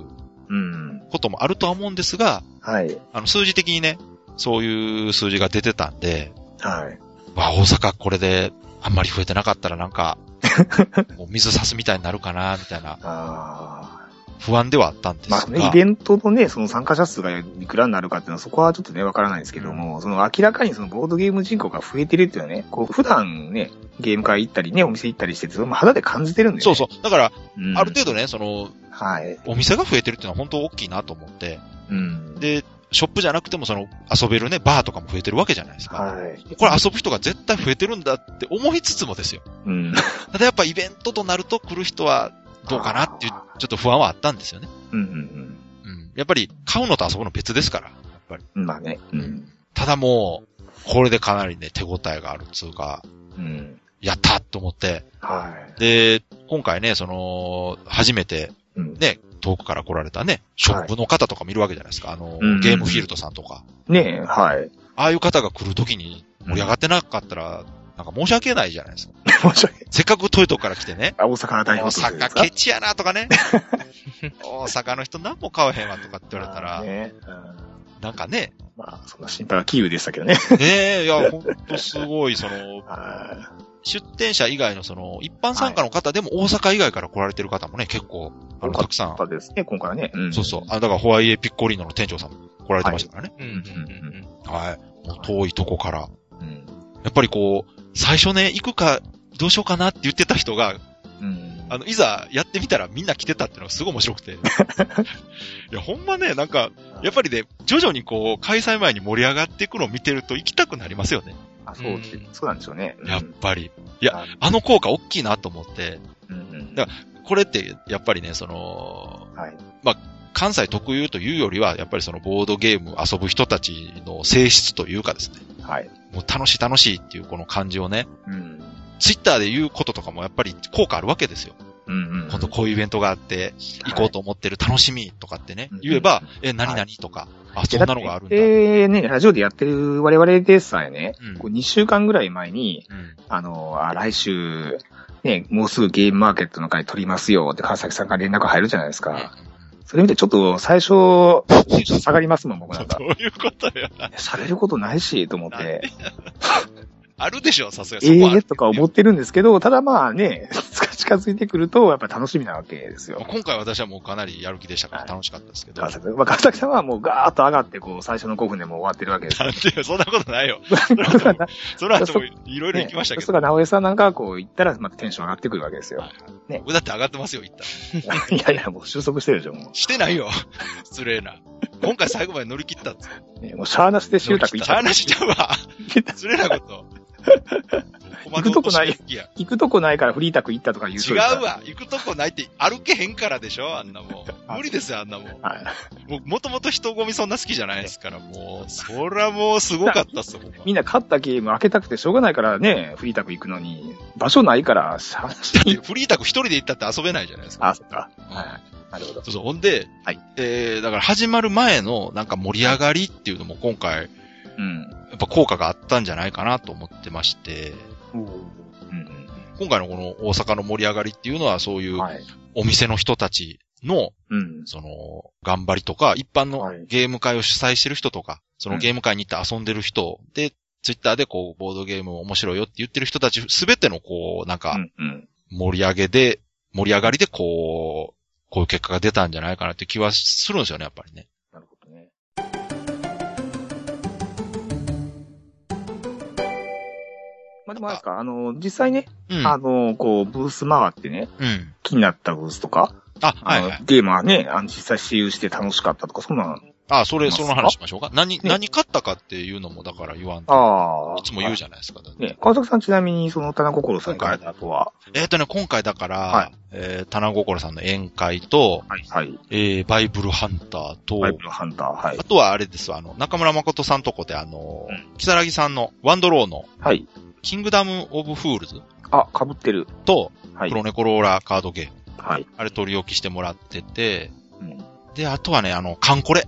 [SPEAKER 3] うん。
[SPEAKER 2] こともあるとは思うんですが、
[SPEAKER 3] はい。
[SPEAKER 2] あの、数字的にね、そういう数字が出てたんで、
[SPEAKER 3] はい。
[SPEAKER 2] わあ、大阪これであんまり増えてなかったらなん か、もう水差すみたいになるかな、みたいな
[SPEAKER 3] あ
[SPEAKER 2] 不安ではあったんで
[SPEAKER 3] ー
[SPEAKER 2] す
[SPEAKER 3] ま
[SPEAKER 2] が
[SPEAKER 3] あ、。ね、イベントのね、その参加者数がいくらになるかっていうのは、そこはちょっとね、わからないですけども、その明らかにそのボードゲーム人口が増えてるっていうのはね、こう、普段ね、ゲーム会行ったりね、お店行ったりしてて、そのまあ肌で感じてるんで、ね、
[SPEAKER 2] そうそう。だから、
[SPEAKER 3] うん。
[SPEAKER 2] ある程度ね、その、
[SPEAKER 3] はい。
[SPEAKER 2] お店が増えてるっていうのは本当大きいなと思って。
[SPEAKER 3] うん。
[SPEAKER 2] で、ショップじゃなくてもその、遊べるね、バーとかも増えてるわけじゃないですか。
[SPEAKER 3] はい。
[SPEAKER 2] これ遊ぶ人が絶対増えてるんだって思いつつもですよ。
[SPEAKER 3] うん。
[SPEAKER 2] ただやっぱイベントとなると来る人はどうかなっていう、ちょっと不安はあったんですよね。
[SPEAKER 3] うんうん
[SPEAKER 2] うん。やっぱり買うのと遊ぶの別ですから。やっぱり。
[SPEAKER 3] うん。まあね。うん。
[SPEAKER 2] ただもう、これでかなりね、手応えがあるっつうか、
[SPEAKER 3] うん。
[SPEAKER 2] やったと思って。
[SPEAKER 3] は
[SPEAKER 2] で、今回ね、その、初めて、
[SPEAKER 3] い。うん
[SPEAKER 2] ね、遠くから来られたね、ショップの方とか見るわけじゃないですか。あの、
[SPEAKER 3] うん
[SPEAKER 2] ゲームフィールドさんとか。
[SPEAKER 3] ねえ、はい。
[SPEAKER 2] ああいう方が来るときに盛り上がってなかったら、なんか申し訳ないじゃないですか。
[SPEAKER 3] 申し訳ない。。
[SPEAKER 2] せっかく遠いとこから来てね
[SPEAKER 3] あ大阪の
[SPEAKER 2] 大
[SPEAKER 3] 大変
[SPEAKER 2] 阪ケチやなと かね。大阪の人何も買わへんわとかって言われたら、
[SPEAKER 3] ねうん
[SPEAKER 2] なんかね、
[SPEAKER 3] まあ、そんな心配はキーウでしたけどね。
[SPEAKER 2] ねえ、いや、ほんとすごい、その、
[SPEAKER 3] は
[SPEAKER 2] 出店者以外のその、一般参加の方でも大阪以外から来られてる方もね、結構、あ
[SPEAKER 3] 多
[SPEAKER 2] の、
[SPEAKER 3] か
[SPEAKER 2] た
[SPEAKER 3] っ
[SPEAKER 2] くさん、
[SPEAKER 3] たですね、今回はね。うん
[SPEAKER 2] そうそう、あの、だからホワイエピッコリーノの店長さんも来られてましたからね。
[SPEAKER 5] うんうん
[SPEAKER 2] はい。もう遠いとこから。
[SPEAKER 3] うん。
[SPEAKER 2] やっぱりこう、最初ね、行くか、どうしようかなって言ってた人が、
[SPEAKER 3] うん。
[SPEAKER 2] あの、いざやってみたらみんな来てたっていうのがすごい面白 くて。いや、ほんまね、なんか、やっぱりね、徐々にこう、開催前に盛り上がっていくのを見てると行きたくなりますよね。
[SPEAKER 3] あそうです
[SPEAKER 5] うん
[SPEAKER 3] そうなんでしょうね。
[SPEAKER 2] やっ
[SPEAKER 3] うん
[SPEAKER 2] ぱり。いや、あの効果大きいなと思って、
[SPEAKER 3] うんうん。
[SPEAKER 2] だこれって、やっぱりね、その、
[SPEAKER 3] はい。
[SPEAKER 2] 関西特有というよりは、やっぱりそのボードゲーム遊ぶ人たちの性質というかですね、
[SPEAKER 3] はい。
[SPEAKER 2] もう楽しい楽しいっていうこの感じをね、
[SPEAKER 3] うん。
[SPEAKER 2] ツイッターで言うこととかもやっぱり効果あるわけですよ。
[SPEAKER 3] うんうん。
[SPEAKER 2] 今度こういうイベントがあって、行こうと思ってる楽しみとかってね
[SPEAKER 3] う、ん
[SPEAKER 2] 言えば
[SPEAKER 3] うん、
[SPEAKER 2] え、何々とか、あ、そんなのがあるんだ。
[SPEAKER 3] えー、ね、ラジオでやってる我々でさえね、
[SPEAKER 2] うん
[SPEAKER 3] こう2週間ぐらい前に、
[SPEAKER 2] うん
[SPEAKER 3] あの、あ来週、ね、もうすぐゲームマーケットの会取りますよって川崎さんから連絡入るじゃないですか。それ見てちょっと最初、テンション下がりますもん、僕なんか
[SPEAKER 2] ど。う いうことよ。
[SPEAKER 3] されることないし、と思って。
[SPEAKER 2] あるでしょ、さすがに
[SPEAKER 3] え
[SPEAKER 2] そこは
[SPEAKER 3] えとか思ってるんですけど、ただまあね、近づいてくると、やっぱ楽しみなわけですよ。
[SPEAKER 2] 今回私はもうかなりやる気でしたから楽しかったですけど。な
[SPEAKER 3] 川崎さん
[SPEAKER 2] ん
[SPEAKER 3] まあ、川崎さんはもうガーッと上がって、こう、最初の5分でもう終わってるわけ ですよ。
[SPEAKER 2] ていう、そん なことないよ。その後も、その後もいろいろ行きましたけ
[SPEAKER 3] そ
[SPEAKER 2] ど。
[SPEAKER 3] れが直江さんなんかはこう行ったら、またテンション上がってくるわけですよ
[SPEAKER 2] は。
[SPEAKER 3] ね
[SPEAKER 2] 僕だって上がってますよ、行ったら。
[SPEAKER 3] いやいや、もう収束してるでしょ、も
[SPEAKER 2] してないよ。 失礼な。今回最後まで乗り切ったっつって。
[SPEAKER 3] う。ね、もうシャーなしで集託行っちゃう。
[SPEAKER 2] 話しちゃう わ。失礼なこと。
[SPEAKER 3] 行くとこない
[SPEAKER 2] 困ろうしてる気や
[SPEAKER 3] 行くとこないからフリー宅行ったとか言う
[SPEAKER 2] 違
[SPEAKER 3] 人
[SPEAKER 2] う
[SPEAKER 3] いるから。
[SPEAKER 2] わ。行くとこないって歩けへんからでしょあんなもん。
[SPEAKER 3] あ
[SPEAKER 2] 無理ですよ、あんなもん。
[SPEAKER 3] はい。
[SPEAKER 2] 僕、もともと人混みそんな好きじゃないですから、もう、そらもうすごかったっすよ、ほんま
[SPEAKER 3] みんな勝ったゲーム開けたくてしょうがないからね、フリー宅行くのに、場所ないから、シャーなし に。
[SPEAKER 2] フリータク一人で行ったって遊べないじゃないですか。
[SPEAKER 3] あ、そっか。
[SPEAKER 2] うん
[SPEAKER 3] はい。なるほど。
[SPEAKER 2] そうそう。ほんで、
[SPEAKER 3] はい
[SPEAKER 2] えー、だから始まる前のなんか盛り上がりっていうのも今回、
[SPEAKER 3] うん。
[SPEAKER 2] やっぱ効果があったんじゃないかなと思ってまして、
[SPEAKER 3] うん
[SPEAKER 2] 今回のこの大阪の盛り上がりっていうのはそういう
[SPEAKER 3] うん。はい。
[SPEAKER 2] お店の人たちの、
[SPEAKER 3] うん。
[SPEAKER 2] その、頑張りとか、一般の
[SPEAKER 3] はい
[SPEAKER 2] ゲーム会を主催してる人とか、その
[SPEAKER 3] うん
[SPEAKER 2] ゲーム会に行って遊んでる人で、ツイッターでこう、ボードゲーム面白いよって言ってる人たち、すべてのこう、なん
[SPEAKER 3] う
[SPEAKER 2] か、
[SPEAKER 3] ん。うん。
[SPEAKER 2] 盛り上げで、盛り上がりでこう、こういう結果が出たんじゃないかなって気はするんですよね、やっぱりね。
[SPEAKER 3] なるほどね。まあでもあれですか、あの、実際ね、
[SPEAKER 2] うん。
[SPEAKER 3] あの、こう、ブース回ってね、
[SPEAKER 2] うん。
[SPEAKER 3] 気になったブースとか、
[SPEAKER 2] あ、
[SPEAKER 3] あ
[SPEAKER 2] はい
[SPEAKER 3] の
[SPEAKER 2] はい。
[SPEAKER 3] ゲームはね、あの、実際私有して楽しかったとか、そんなの
[SPEAKER 2] あ、それ、
[SPEAKER 3] ます
[SPEAKER 2] そ
[SPEAKER 3] か
[SPEAKER 2] の話しましょうか。何、
[SPEAKER 3] ね
[SPEAKER 2] 何買ったかっていうのも、だから言わんと。
[SPEAKER 3] ああ。
[SPEAKER 2] いつも言うじ
[SPEAKER 3] ゃ
[SPEAKER 2] ゃないですか。だって
[SPEAKER 3] ね、川崎さんちなみに、その、棚心さんからだとは、
[SPEAKER 2] えっ、とね、今回だから、
[SPEAKER 3] は
[SPEAKER 2] えー、棚心さんの宴会と、
[SPEAKER 3] はい、はい、
[SPEAKER 2] えー、バイブルハンターと、
[SPEAKER 3] バイブルハンター、はい
[SPEAKER 2] あ、とはあれですわ、あの、中村誠さんとこで、あの、
[SPEAKER 3] うん
[SPEAKER 2] キサラギさんのワンドローの、
[SPEAKER 3] はい。
[SPEAKER 2] キングダム・オブ・フールズ
[SPEAKER 3] あ、被ってる。
[SPEAKER 2] と、
[SPEAKER 3] はい
[SPEAKER 2] プ、ロネコローラーカードゲーム。
[SPEAKER 3] はい。
[SPEAKER 2] あれ取り置きしてもらってて、
[SPEAKER 3] うん
[SPEAKER 2] で、あとはね、あの、カンコレ。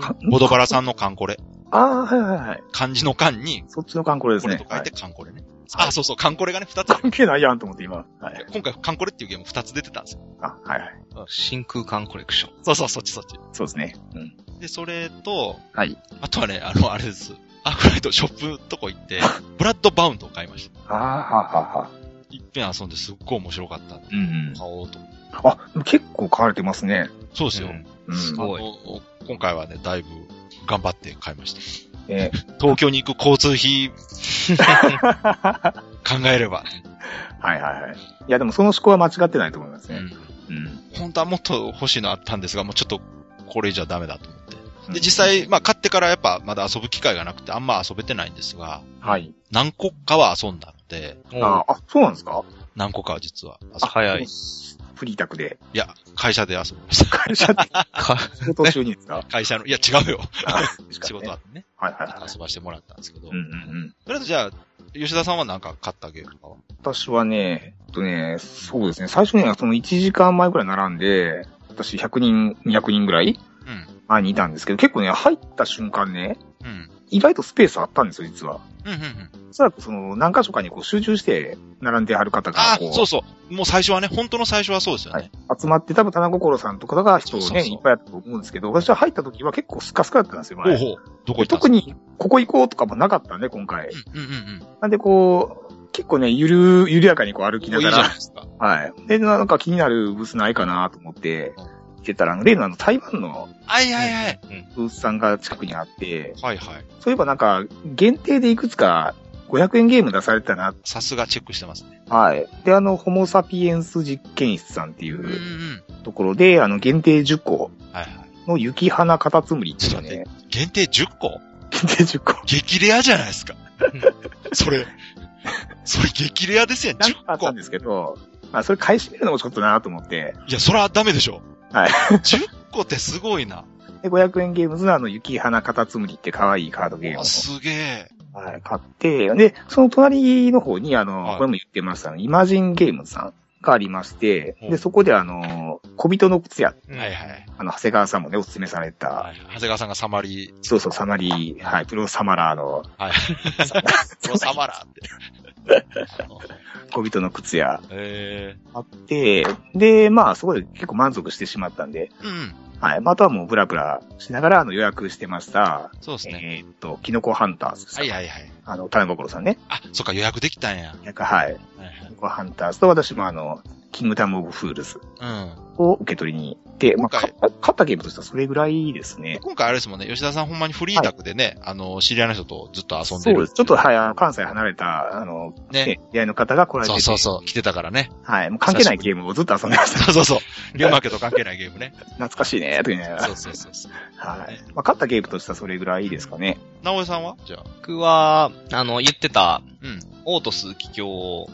[SPEAKER 3] か
[SPEAKER 2] ボドバラさんのカンコレ。
[SPEAKER 3] ああ、はいはいはい。
[SPEAKER 2] 漢字の漢に、
[SPEAKER 3] そっちのカンコレです
[SPEAKER 2] これ
[SPEAKER 3] ね
[SPEAKER 2] と。書
[SPEAKER 3] はい
[SPEAKER 2] て
[SPEAKER 3] い
[SPEAKER 2] カンコレね。
[SPEAKER 3] はい
[SPEAKER 2] あ、そうそう、カンコレがね、二つある。
[SPEAKER 3] 関係ないやんと思って今。はい。
[SPEAKER 2] 今回、カンコレっていうゲーム二つ出てたんですよ。
[SPEAKER 3] あ、はいはい。
[SPEAKER 5] 真空管コレクション。
[SPEAKER 2] そうそう、そっちそっち。
[SPEAKER 3] そうですね。うん。
[SPEAKER 2] で、それと、
[SPEAKER 3] はい。
[SPEAKER 2] あとはね、あの、あれです。アークライトショップとこ行って、ブラッドバウンドを買いました。
[SPEAKER 3] ああ、ははは。
[SPEAKER 2] いっぺん遊んですっごい面白かったんで、
[SPEAKER 3] うんうん。
[SPEAKER 2] 買おうと思って
[SPEAKER 3] あ、結構買われてますね。
[SPEAKER 2] そうですよ。
[SPEAKER 5] うん
[SPEAKER 3] うん。
[SPEAKER 5] すごい
[SPEAKER 2] あの今回はね、だいぶ頑張って買いました。
[SPEAKER 3] え
[SPEAKER 2] 東京に行く交通費考えれば。
[SPEAKER 3] はいはいはい。いや、でもその思考は間違ってないと思います
[SPEAKER 2] う
[SPEAKER 3] ね。
[SPEAKER 2] ん
[SPEAKER 3] うん。
[SPEAKER 2] 本当はもっと欲しいのあったんですが、もうちょっとこれじゃダメだと思って。
[SPEAKER 3] うん
[SPEAKER 2] で、実際、まあ買ってからやっぱまだ遊ぶ機会がなくてあんま遊べてないんですが、
[SPEAKER 3] はい。
[SPEAKER 2] 何個かは遊んだので、
[SPEAKER 3] ああ、そうなんですか
[SPEAKER 2] 何個かは実は遊ぶ
[SPEAKER 5] あ早い。。
[SPEAKER 3] フリータクで。
[SPEAKER 2] いや、会社で遊びました。
[SPEAKER 3] 会社 で
[SPEAKER 5] か
[SPEAKER 3] 仕事中にですか
[SPEAKER 2] 会社の、いや違うよ。仕
[SPEAKER 3] 仕
[SPEAKER 2] 事あ
[SPEAKER 3] は。
[SPEAKER 2] ってね、
[SPEAKER 3] はいはいはい。
[SPEAKER 2] 遊ばしてもらったんですけど。
[SPEAKER 3] うんうんうん。
[SPEAKER 2] とりあえずじゃあ、吉田さんはなんか買ったゲームとかは
[SPEAKER 3] 私はね、えっとね、そうですね、最初にはその1時間前くらい並んで、私100人、200人ぐらい
[SPEAKER 2] うん。
[SPEAKER 3] 前にいたんですけど、結構ね、入った瞬間ね、
[SPEAKER 2] うん。
[SPEAKER 3] 意外とスペースあったんですよ、実は。
[SPEAKER 2] うん、うん、うん。
[SPEAKER 3] おそらくその何箇所かにこう集中して並んである方が
[SPEAKER 2] あ
[SPEAKER 3] こう、
[SPEAKER 2] そうそう。もう最初はね、本当の最初はそうですよ
[SPEAKER 3] はい
[SPEAKER 2] ね。、
[SPEAKER 3] 集まって、多分棚心さんとかが人をね、
[SPEAKER 2] そうそうそう
[SPEAKER 3] いっぱいあったと思うんですけど、私は入った時は結構スカスカだったんですよ、
[SPEAKER 2] ほう
[SPEAKER 3] 前。
[SPEAKER 2] ほう。どこ行った
[SPEAKER 3] 特
[SPEAKER 2] に。
[SPEAKER 3] に、ここ行こうとかもなかったんで、今回。
[SPEAKER 2] うんうんうん。
[SPEAKER 3] なんでこう、結構ね、ゆる、 緩やかにこう歩き
[SPEAKER 2] も
[SPEAKER 3] な
[SPEAKER 2] ういいじ
[SPEAKER 3] が
[SPEAKER 2] ゃない
[SPEAKER 3] ら、
[SPEAKER 2] ですか。
[SPEAKER 3] はい。で、なんか気になるブースないかなと思って、来てたら、あの例のあの台湾の
[SPEAKER 2] はいはいはい。
[SPEAKER 5] うん。
[SPEAKER 3] ブースさんが近くにあって、
[SPEAKER 2] はいはい。
[SPEAKER 3] そういえばなんか、限定でいくつか500円ゲーム出されてたな。
[SPEAKER 2] さすがチェックしてますね。
[SPEAKER 3] はい。で、あの、ホモサピエンス実験室さんってい
[SPEAKER 2] うんうん
[SPEAKER 3] うところで、あの、限定10個
[SPEAKER 2] うん。はいはい。
[SPEAKER 3] の雪花カタツムリってい
[SPEAKER 2] ち
[SPEAKER 3] う
[SPEAKER 2] ょ
[SPEAKER 3] の
[SPEAKER 2] っと待
[SPEAKER 3] ね
[SPEAKER 2] っ。て。限定10個
[SPEAKER 3] 限定10個。
[SPEAKER 2] 激レアじゃないですか。それ。それ激レアですやん、
[SPEAKER 3] なんかあ
[SPEAKER 2] 10
[SPEAKER 3] った
[SPEAKER 2] 個
[SPEAKER 3] ん。ですけど、まあ、それ買い占めるのもちょっとなと思って、
[SPEAKER 2] いや、それはダメでしょ。
[SPEAKER 3] はい
[SPEAKER 2] 10個ってすごいな。
[SPEAKER 3] で、500円ゲームズのあの、雪花カタツムリって可愛いカードゲーム
[SPEAKER 2] あ
[SPEAKER 3] を、
[SPEAKER 2] すげえ。
[SPEAKER 3] はい、買って、で、その隣の方に、あの、
[SPEAKER 2] はい
[SPEAKER 3] これも言ってました、あのイマジンゲームズさんがありまして、
[SPEAKER 2] ほう
[SPEAKER 3] で、そこであの、小人の靴屋、
[SPEAKER 5] うん
[SPEAKER 2] はいはい。
[SPEAKER 3] あの、長谷川さんもね、お勧めされた、
[SPEAKER 2] 長谷川さんがサマリー、
[SPEAKER 3] そうそう、サマリー、はい、プロサマラーの、
[SPEAKER 2] はい。プロ サマラーって。
[SPEAKER 3] 小人の靴屋
[SPEAKER 2] え
[SPEAKER 3] あって、で、まあ、そこで結構満足してしまったんで、
[SPEAKER 2] ー、うん。
[SPEAKER 3] はい、まあ、あとはもうブラブラしながら、あの、予約してました、
[SPEAKER 2] そうです
[SPEAKER 3] えー
[SPEAKER 2] ね。
[SPEAKER 3] っと、キノコハンターズですか
[SPEAKER 2] はいはいはい。
[SPEAKER 3] あの、田中心さんね。
[SPEAKER 2] あ、そっか、予約できたんや。
[SPEAKER 3] なんか、はい。キノコハンターズと私もあの、キングダム・オブ・フールズ
[SPEAKER 2] うん。
[SPEAKER 3] を受け取りに行って、まあ、
[SPEAKER 2] 今
[SPEAKER 3] か
[SPEAKER 2] 回
[SPEAKER 3] 勝ったゲームとしてはそれぐらいですね。
[SPEAKER 2] 今回あれですもんね、吉田さんほんまにフリー宅でね、あの、知り合いの人とずっと遊んで
[SPEAKER 3] そう
[SPEAKER 2] る。
[SPEAKER 3] です。ちょっと、はい、あの、関西離れた、あの、
[SPEAKER 2] ね。
[SPEAKER 3] ね、出会いの方が来られてて
[SPEAKER 2] そうそうそう、来てたからね。
[SPEAKER 3] はい、もう関係ないゲームをずっと遊んでました。
[SPEAKER 2] そうそうそう。龍馬家と関係ないゲームね。
[SPEAKER 3] 懐かしいね、とか言いながら。
[SPEAKER 2] そうそうそうそう。
[SPEAKER 3] はい。まあ、勝ったゲームとしてはそれぐらいですかね。
[SPEAKER 2] 直江さんはじゃあ。
[SPEAKER 5] 僕は、あの、言ってた、
[SPEAKER 2] うん。
[SPEAKER 5] オートス気境を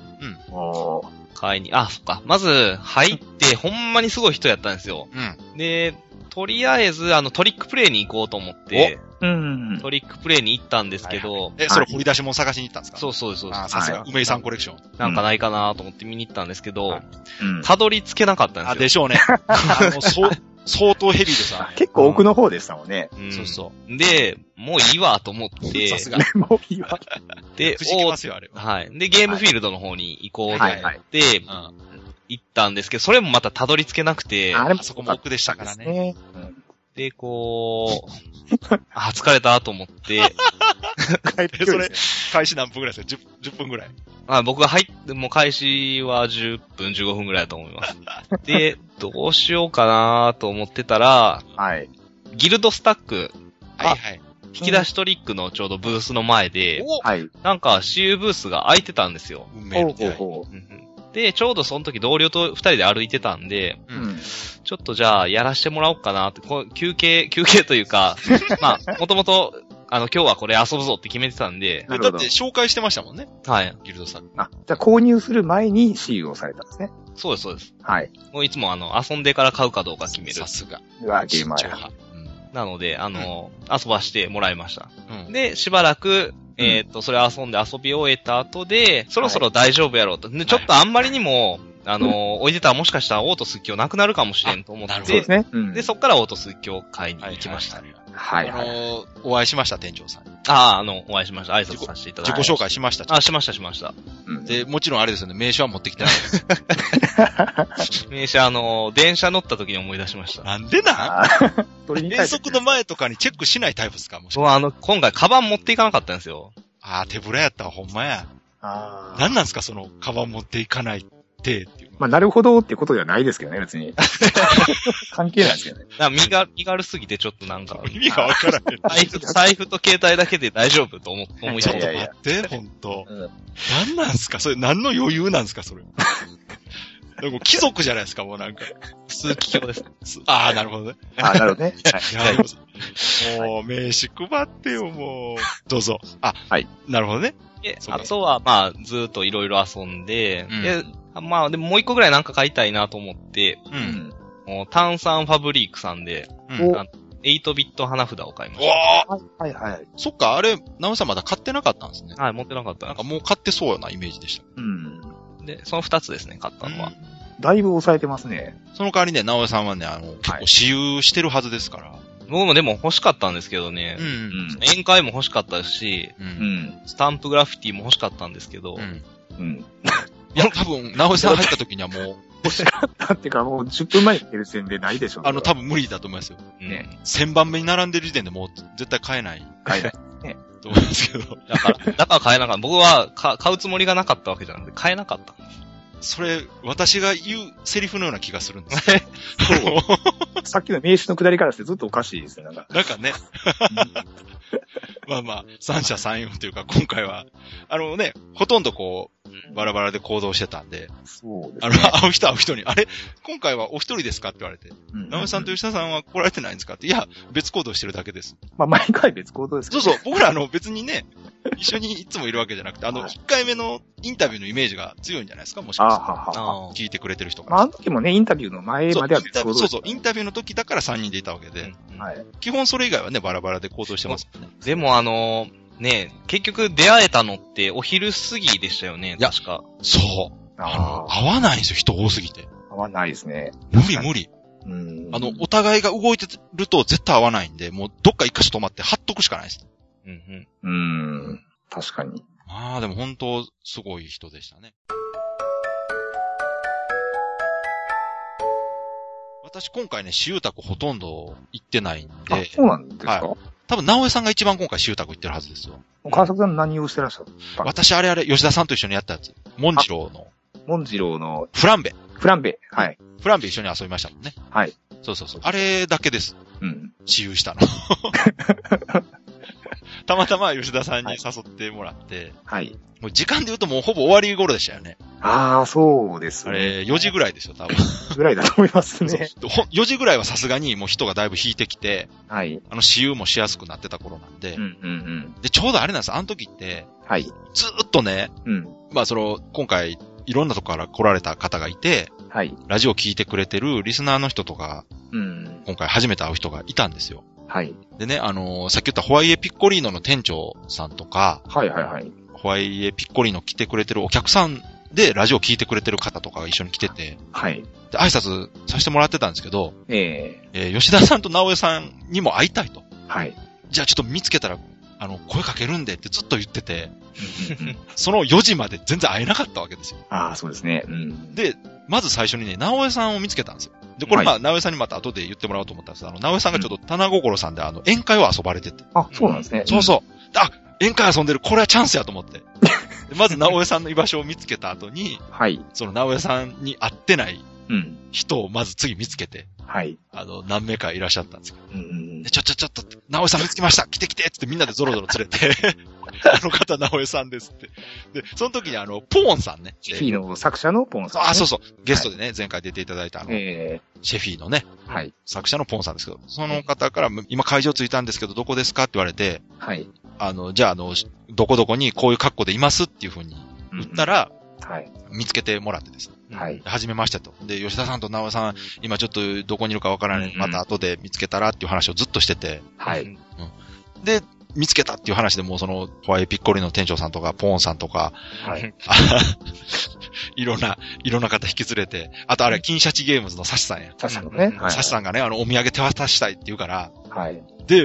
[SPEAKER 3] おー
[SPEAKER 5] 買いに、あ、そっか。まず、入って、ほんまにすごい人やったんですよ。
[SPEAKER 2] うん。
[SPEAKER 5] で、とりあえず、あの、トリックプレイに行こうと思って、
[SPEAKER 3] うん。
[SPEAKER 5] トリックプレイに行ったんですけど、
[SPEAKER 2] え、それ掘り出し物探しに行ったんですか。
[SPEAKER 5] そううそうですそうです
[SPEAKER 2] あー、さすが。
[SPEAKER 3] は
[SPEAKER 2] 梅井さんコレクション。
[SPEAKER 5] なんかないかなと思って見に行ったんですけ
[SPEAKER 2] は
[SPEAKER 5] ど、
[SPEAKER 3] うん
[SPEAKER 5] たどり着けなかった
[SPEAKER 2] あ、
[SPEAKER 5] んで
[SPEAKER 2] ですしょうね。あの、そう、相当ヘビーでさ。
[SPEAKER 3] 結構奥の方でしたもんね。
[SPEAKER 5] よ。ん
[SPEAKER 2] そうそ
[SPEAKER 5] で、もういいわと思って、
[SPEAKER 2] さすが。
[SPEAKER 3] もういいわ。
[SPEAKER 5] で
[SPEAKER 2] く、じきますよ、あれは。
[SPEAKER 5] はい。で、ゲームフィールドの方に行こうと
[SPEAKER 3] は
[SPEAKER 5] 思
[SPEAKER 3] いはい。
[SPEAKER 5] って、
[SPEAKER 2] うん。
[SPEAKER 5] 行ったんですけど、それもまたたどり着けなくて、
[SPEAKER 3] あれも
[SPEAKER 2] あそこも奥でしたから
[SPEAKER 3] です
[SPEAKER 2] ね。
[SPEAKER 3] ね。
[SPEAKER 5] で、こう、あ、疲れたと思って、
[SPEAKER 3] 帰って
[SPEAKER 2] え、
[SPEAKER 3] く
[SPEAKER 2] そ
[SPEAKER 3] るん
[SPEAKER 2] れ
[SPEAKER 3] ですよ、
[SPEAKER 2] 開始何分ぐらいですか 10, 10分ぐらい。
[SPEAKER 5] あ僕が入って、もう開始は10分、15分ぐらいだと思います。で、どうしようかなと思ってたら、
[SPEAKER 3] はい。
[SPEAKER 5] ギルドスタック、あ
[SPEAKER 2] はいはい。
[SPEAKER 5] 引き出しトリックのちょうどブースの前で、
[SPEAKER 2] お
[SPEAKER 3] はい。
[SPEAKER 5] なんか CU ブースが空いてたんですよ。
[SPEAKER 2] 運
[SPEAKER 3] ほ
[SPEAKER 2] 命
[SPEAKER 3] う
[SPEAKER 2] の
[SPEAKER 3] ほう
[SPEAKER 2] 出会い。
[SPEAKER 3] ほ
[SPEAKER 5] で、ちょうどその時同僚と二人で歩いてたんで、
[SPEAKER 3] う。
[SPEAKER 2] う
[SPEAKER 3] うん。
[SPEAKER 5] ちょっとじゃあやらしてもらおうかなって、こう休憩、休憩とい うか、まあ、もともと、あの、今日はこれ遊ぶぞって決めてたんで、
[SPEAKER 3] なる
[SPEAKER 2] だ
[SPEAKER 3] ほど
[SPEAKER 2] って。紹介してましたもんね、
[SPEAKER 5] はい。
[SPEAKER 2] ギルドさん。
[SPEAKER 3] あ、じゃあ購入する前にシールをされたんですね。
[SPEAKER 5] そうです、そうです。
[SPEAKER 3] はい。
[SPEAKER 5] もういつもあの、遊んでから買うかどうか決める
[SPEAKER 2] さ。すが。
[SPEAKER 3] うわ、ゲーマー
[SPEAKER 2] 慎重
[SPEAKER 3] や。
[SPEAKER 2] 派。うん
[SPEAKER 5] なので、あの、遊ばしてもらいました。
[SPEAKER 2] うん。
[SPEAKER 5] で、しばらく、えーっと、それ遊んで遊び終えた後で、そろそろ大丈夫やろうと。でちょっとあんまりにも、あの、置いてたらもしかしたらオートスッキョなくなるかもしれんと思っ
[SPEAKER 2] あなるほ
[SPEAKER 3] そう
[SPEAKER 2] ど
[SPEAKER 5] て
[SPEAKER 3] です、ね。うん
[SPEAKER 5] で、そっからオートスッキョを買いに行きました。
[SPEAKER 2] はいはい
[SPEAKER 3] は
[SPEAKER 2] はい
[SPEAKER 3] い
[SPEAKER 2] あ
[SPEAKER 3] はい。
[SPEAKER 2] のー、お会いしました、店長さんに。
[SPEAKER 5] ああ、あの、お会いしました。挨拶させていただ
[SPEAKER 2] 自
[SPEAKER 5] い
[SPEAKER 2] 己
[SPEAKER 5] て。
[SPEAKER 2] 紹介しました。
[SPEAKER 5] あ、しました、しました。
[SPEAKER 3] うん
[SPEAKER 2] で、もちろんあれですよね、名刺は持ってきてない。
[SPEAKER 5] 名車、あの、電車乗った時に思い出し ました。
[SPEAKER 2] なんでな
[SPEAKER 3] あー取りに帰
[SPEAKER 2] 遠
[SPEAKER 3] って
[SPEAKER 2] 足の前とかにチェックしないタイプですかもしか
[SPEAKER 5] そう、あの、今回、カバン持っていかなかったんですよ。
[SPEAKER 2] ああ、手ぶらやったわ、ほんまや。
[SPEAKER 3] あー
[SPEAKER 2] なんなんすか、その、カバン持っていかないって、っていう。
[SPEAKER 3] まあ、なるほどってことではないですけどね、別に。 関係ないですけどね。
[SPEAKER 5] なんか身が、身軽すぎてちょっとな んか、
[SPEAKER 2] 意味がわからへん。
[SPEAKER 5] 財布、財布と携帯だけで大丈夫と 思思い
[SPEAKER 2] ちょ
[SPEAKER 5] そう
[SPEAKER 2] っ
[SPEAKER 5] と
[SPEAKER 2] と
[SPEAKER 3] やいやい
[SPEAKER 2] 待
[SPEAKER 3] や
[SPEAKER 2] って、ほんと。
[SPEAKER 3] うん
[SPEAKER 2] なんなんすかそれ、何の余裕なんすかそれ。でも貴族じゃないですか、もうなんか。
[SPEAKER 5] 数奇境です。
[SPEAKER 2] すああ、なるほどね。
[SPEAKER 3] あーなるほどね。 はい
[SPEAKER 2] いやでももう、名刺配ってよ、もう。どうぞ。あ、
[SPEAKER 3] はい。
[SPEAKER 2] なるほどね。
[SPEAKER 5] で、
[SPEAKER 2] そう
[SPEAKER 5] あ
[SPEAKER 2] か
[SPEAKER 5] とは、まあ、ずーっといろいろ遊んで、
[SPEAKER 2] うん
[SPEAKER 5] で、まあ、でももう一個ぐらいなんか買いたいなと思って、
[SPEAKER 2] う。
[SPEAKER 3] うんん。
[SPEAKER 5] もう炭酸ファブリークさんで、
[SPEAKER 2] うん、
[SPEAKER 3] お
[SPEAKER 5] あ8ビット花札を買いま
[SPEAKER 2] う
[SPEAKER 5] し
[SPEAKER 2] わあ、
[SPEAKER 3] はいはいはい。
[SPEAKER 2] そっか、あれ、ナムさんまだ買ってなかったんですね。
[SPEAKER 5] た。はい、持ってなかった
[SPEAKER 2] な
[SPEAKER 5] なん
[SPEAKER 2] かもう買ってそうよなイメージでした。
[SPEAKER 3] うん。
[SPEAKER 5] で、その二つですね、買ったのは。
[SPEAKER 3] だいぶ抑えてますね。
[SPEAKER 2] その代わりね、直江さんはね、あの、結構私有してるはずですから。。
[SPEAKER 5] 僕もでも欲しかったんですけどね、
[SPEAKER 3] うんん。
[SPEAKER 5] 宴会も欲しかったし、
[SPEAKER 2] う。
[SPEAKER 3] うんん。
[SPEAKER 5] スタンプグラフィティも欲しかったんですけど、
[SPEAKER 2] うん。
[SPEAKER 3] うん。
[SPEAKER 2] いや、多分、直江さん入った時にはもう、
[SPEAKER 3] だってかもう10分前に来てる時点でないでしょ。
[SPEAKER 2] あの、多分無理だと思いますよ。
[SPEAKER 5] うん
[SPEAKER 3] ね
[SPEAKER 2] 1000番目に並んでる時点でもう、絶対買えない
[SPEAKER 3] 買えない。
[SPEAKER 2] と思うんです けど。
[SPEAKER 5] だから、だから買えなかった。僕はか買うつもりがなかったわけじゃなくて、買えなかった。
[SPEAKER 2] それ、私が言うセリフのような気がするん ですよ
[SPEAKER 3] さっきの名刺の下りからしてずっとおかしいですね、なんか。
[SPEAKER 2] なんかね、 まあまあ、三者三様というか、今回は、あのね、ほとんどこう、バラバラで行動してたんで、
[SPEAKER 3] そうで
[SPEAKER 2] あ
[SPEAKER 3] す
[SPEAKER 2] の、
[SPEAKER 3] ね。
[SPEAKER 2] 会う人は会う人に、あれ今回はお一人ですかって言われて、
[SPEAKER 3] うん
[SPEAKER 2] ナムさんと吉田さんは来られてないんですかって、いや、別行動してるだけです。
[SPEAKER 3] まあ、毎回別行動ですけ
[SPEAKER 2] そう
[SPEAKER 3] ど。
[SPEAKER 2] そう、 僕らあの別にね、一緒にいつもいるわけじゃなくて、あの、
[SPEAKER 3] はい
[SPEAKER 2] 1回目のインタビューのイメージが強いんじゃないですかもし
[SPEAKER 3] あ
[SPEAKER 2] か
[SPEAKER 3] ー
[SPEAKER 2] し
[SPEAKER 3] は
[SPEAKER 2] た
[SPEAKER 3] はは。
[SPEAKER 5] あ
[SPEAKER 2] ら。聞いてくれてる人
[SPEAKER 3] ま
[SPEAKER 2] が。
[SPEAKER 3] あ、あの時もね、インタビューの前
[SPEAKER 2] そう
[SPEAKER 3] までは
[SPEAKER 2] イン
[SPEAKER 3] 別
[SPEAKER 2] タビ
[SPEAKER 3] 行
[SPEAKER 2] ュー
[SPEAKER 3] 動
[SPEAKER 2] そ
[SPEAKER 3] で
[SPEAKER 2] う
[SPEAKER 3] す
[SPEAKER 2] そう、インタビューの時だから3人でいたわけで、
[SPEAKER 3] はい。
[SPEAKER 2] 基本それ以外はね、バラバラで行動してますもんね。
[SPEAKER 5] でもあのーね、結局出会えたのってお昼過ぎでしたよね、
[SPEAKER 2] いや
[SPEAKER 5] 確か。
[SPEAKER 2] そう。あ
[SPEAKER 3] あ
[SPEAKER 2] の、合わないんですよ、人多すぎて。
[SPEAKER 3] あ、合わないですね。
[SPEAKER 2] 無理無理。
[SPEAKER 3] うん
[SPEAKER 2] あの、お互いが動いてると絶対合わないんで、もうどっか一箇所止まって貼っとくしかないです。
[SPEAKER 5] うんうん。
[SPEAKER 3] うん。確かに。
[SPEAKER 2] ああ、でも本当、すごい人でしたね。私今回ね、私有宅ほとんど行ってないん
[SPEAKER 3] あ、
[SPEAKER 2] で、
[SPEAKER 3] そうなんですか、
[SPEAKER 2] は多分直江さんが一番今回私有宅行ってるはずですよ。
[SPEAKER 3] 川崎さん何をしてらっしゃったの
[SPEAKER 2] 私あれあれ、吉田さんと一緒にやったやつ。モンジローの
[SPEAKER 3] モンジローの
[SPEAKER 2] フランベ。
[SPEAKER 3] フランベ。はい。
[SPEAKER 2] フランベ一緒に遊びましたもんね。
[SPEAKER 3] はい。
[SPEAKER 2] そうそうそう。あれだけです。
[SPEAKER 3] うん。
[SPEAKER 2] 私 有したの。たまたま吉田さんに誘ってもらって、
[SPEAKER 3] はい。
[SPEAKER 2] もう時間で言うともうほぼ終わり頃でしたよね。
[SPEAKER 3] ああ、そうです
[SPEAKER 2] あ
[SPEAKER 3] ね。
[SPEAKER 2] れ、4時ぐらいですよ、多分。
[SPEAKER 3] ぐらいだと思いますね。
[SPEAKER 2] ほ4時ぐらいはさすがにもう人がだいぶ引いてきて、
[SPEAKER 3] はい。
[SPEAKER 2] あの、私有もしやすくなってた頃なんで、
[SPEAKER 3] うんうんうん。
[SPEAKER 2] で、ちょうどあれなんです、あの時って、
[SPEAKER 3] はい。
[SPEAKER 2] ずーっとね、
[SPEAKER 3] うん。
[SPEAKER 2] まあその、今回、いろんなとこから来られた方がいて、
[SPEAKER 3] はい。
[SPEAKER 2] ラジオ聞いてくれてるリスナーの人とか、
[SPEAKER 3] うん。
[SPEAKER 2] 今回初めて会う人がいたんですよ。
[SPEAKER 3] はい。
[SPEAKER 2] でね、あのーさっき言ったホワイエピッコリーノの店長さんとか、
[SPEAKER 3] はいはいはい。
[SPEAKER 2] ホワイエピッコリーノ来てくれてるお客さんでラジオ聞いてくれてる方とかが一緒に来てて、
[SPEAKER 3] はい。
[SPEAKER 2] で、挨拶させてもらってたんですけど、
[SPEAKER 3] ええ
[SPEAKER 2] えー吉田さんと直江さんにも会いたいと。
[SPEAKER 3] はい。
[SPEAKER 2] じゃあちょっと見つけたら、あの、声かけるんでってずっと言ってて、
[SPEAKER 3] うんうんう ん
[SPEAKER 2] その4時まで全然会えなかったわけですよ。
[SPEAKER 3] ああ、そうですね。うん。
[SPEAKER 2] で、まず最初にね、直江さんを見つけたんですよ。で、これまあ、直江さんにまた後で言ってもらおうと思ったんですけど、あの、直江さんがちょっと棚心さんであの、宴会を遊ばれてて。
[SPEAKER 3] あ、そうなんですね。
[SPEAKER 2] そうそう。あ、宴会遊んでる、これはチャンスやと 思って。でまず直江さんの居場所を見つけた後に、
[SPEAKER 3] うん。はい。
[SPEAKER 2] その直江さんに会ってない
[SPEAKER 3] うん。
[SPEAKER 2] 人をまず次見つけて、
[SPEAKER 3] はい。
[SPEAKER 2] あの、何名かいらっしゃったんですけど
[SPEAKER 3] うんうん
[SPEAKER 2] でちょ、ちょ、ちょっと、直江さん見つけました来て来てっつってみんなでゾロゾロ連れて、 あの方直江さんですって。で、その時にあの、ポーンさんね。
[SPEAKER 3] シェフィーの作者のポンさん、
[SPEAKER 2] あ、そうそう。ゲストでね、前回出ていただいたあの、
[SPEAKER 3] え
[SPEAKER 2] シェフィーのね、
[SPEAKER 3] えはい。
[SPEAKER 2] 作者のポーンさんですけど、その方から、今会場着いたんですけど、どこですかって言われて、
[SPEAKER 3] はい。
[SPEAKER 2] あの、じゃああの、どこどこにこういう格好でいますっていう風に
[SPEAKER 3] うん
[SPEAKER 2] 言った、ら、
[SPEAKER 3] はい。
[SPEAKER 2] 見つけてもらってですね。
[SPEAKER 3] はい。
[SPEAKER 2] はじめましてと。で、吉田さんと直江さん、今ちょっとどこにいるかわからな
[SPEAKER 3] うん
[SPEAKER 2] い。
[SPEAKER 3] うん
[SPEAKER 2] また後で見つけたらっていう話をずっとしてて、
[SPEAKER 3] はい。。
[SPEAKER 2] で、見つけたっていう話でもうその、ホワイエピッコリの店長さんとか、ポーンさんとか、
[SPEAKER 3] はい。
[SPEAKER 2] いろんな、いろんな方引き連れて、あとあれ、金シャチゲームズのサシさんや。
[SPEAKER 3] 作者のね。はい。
[SPEAKER 2] サシさんがね、あの、お土産手渡したいって言うから、
[SPEAKER 3] はい。
[SPEAKER 2] で、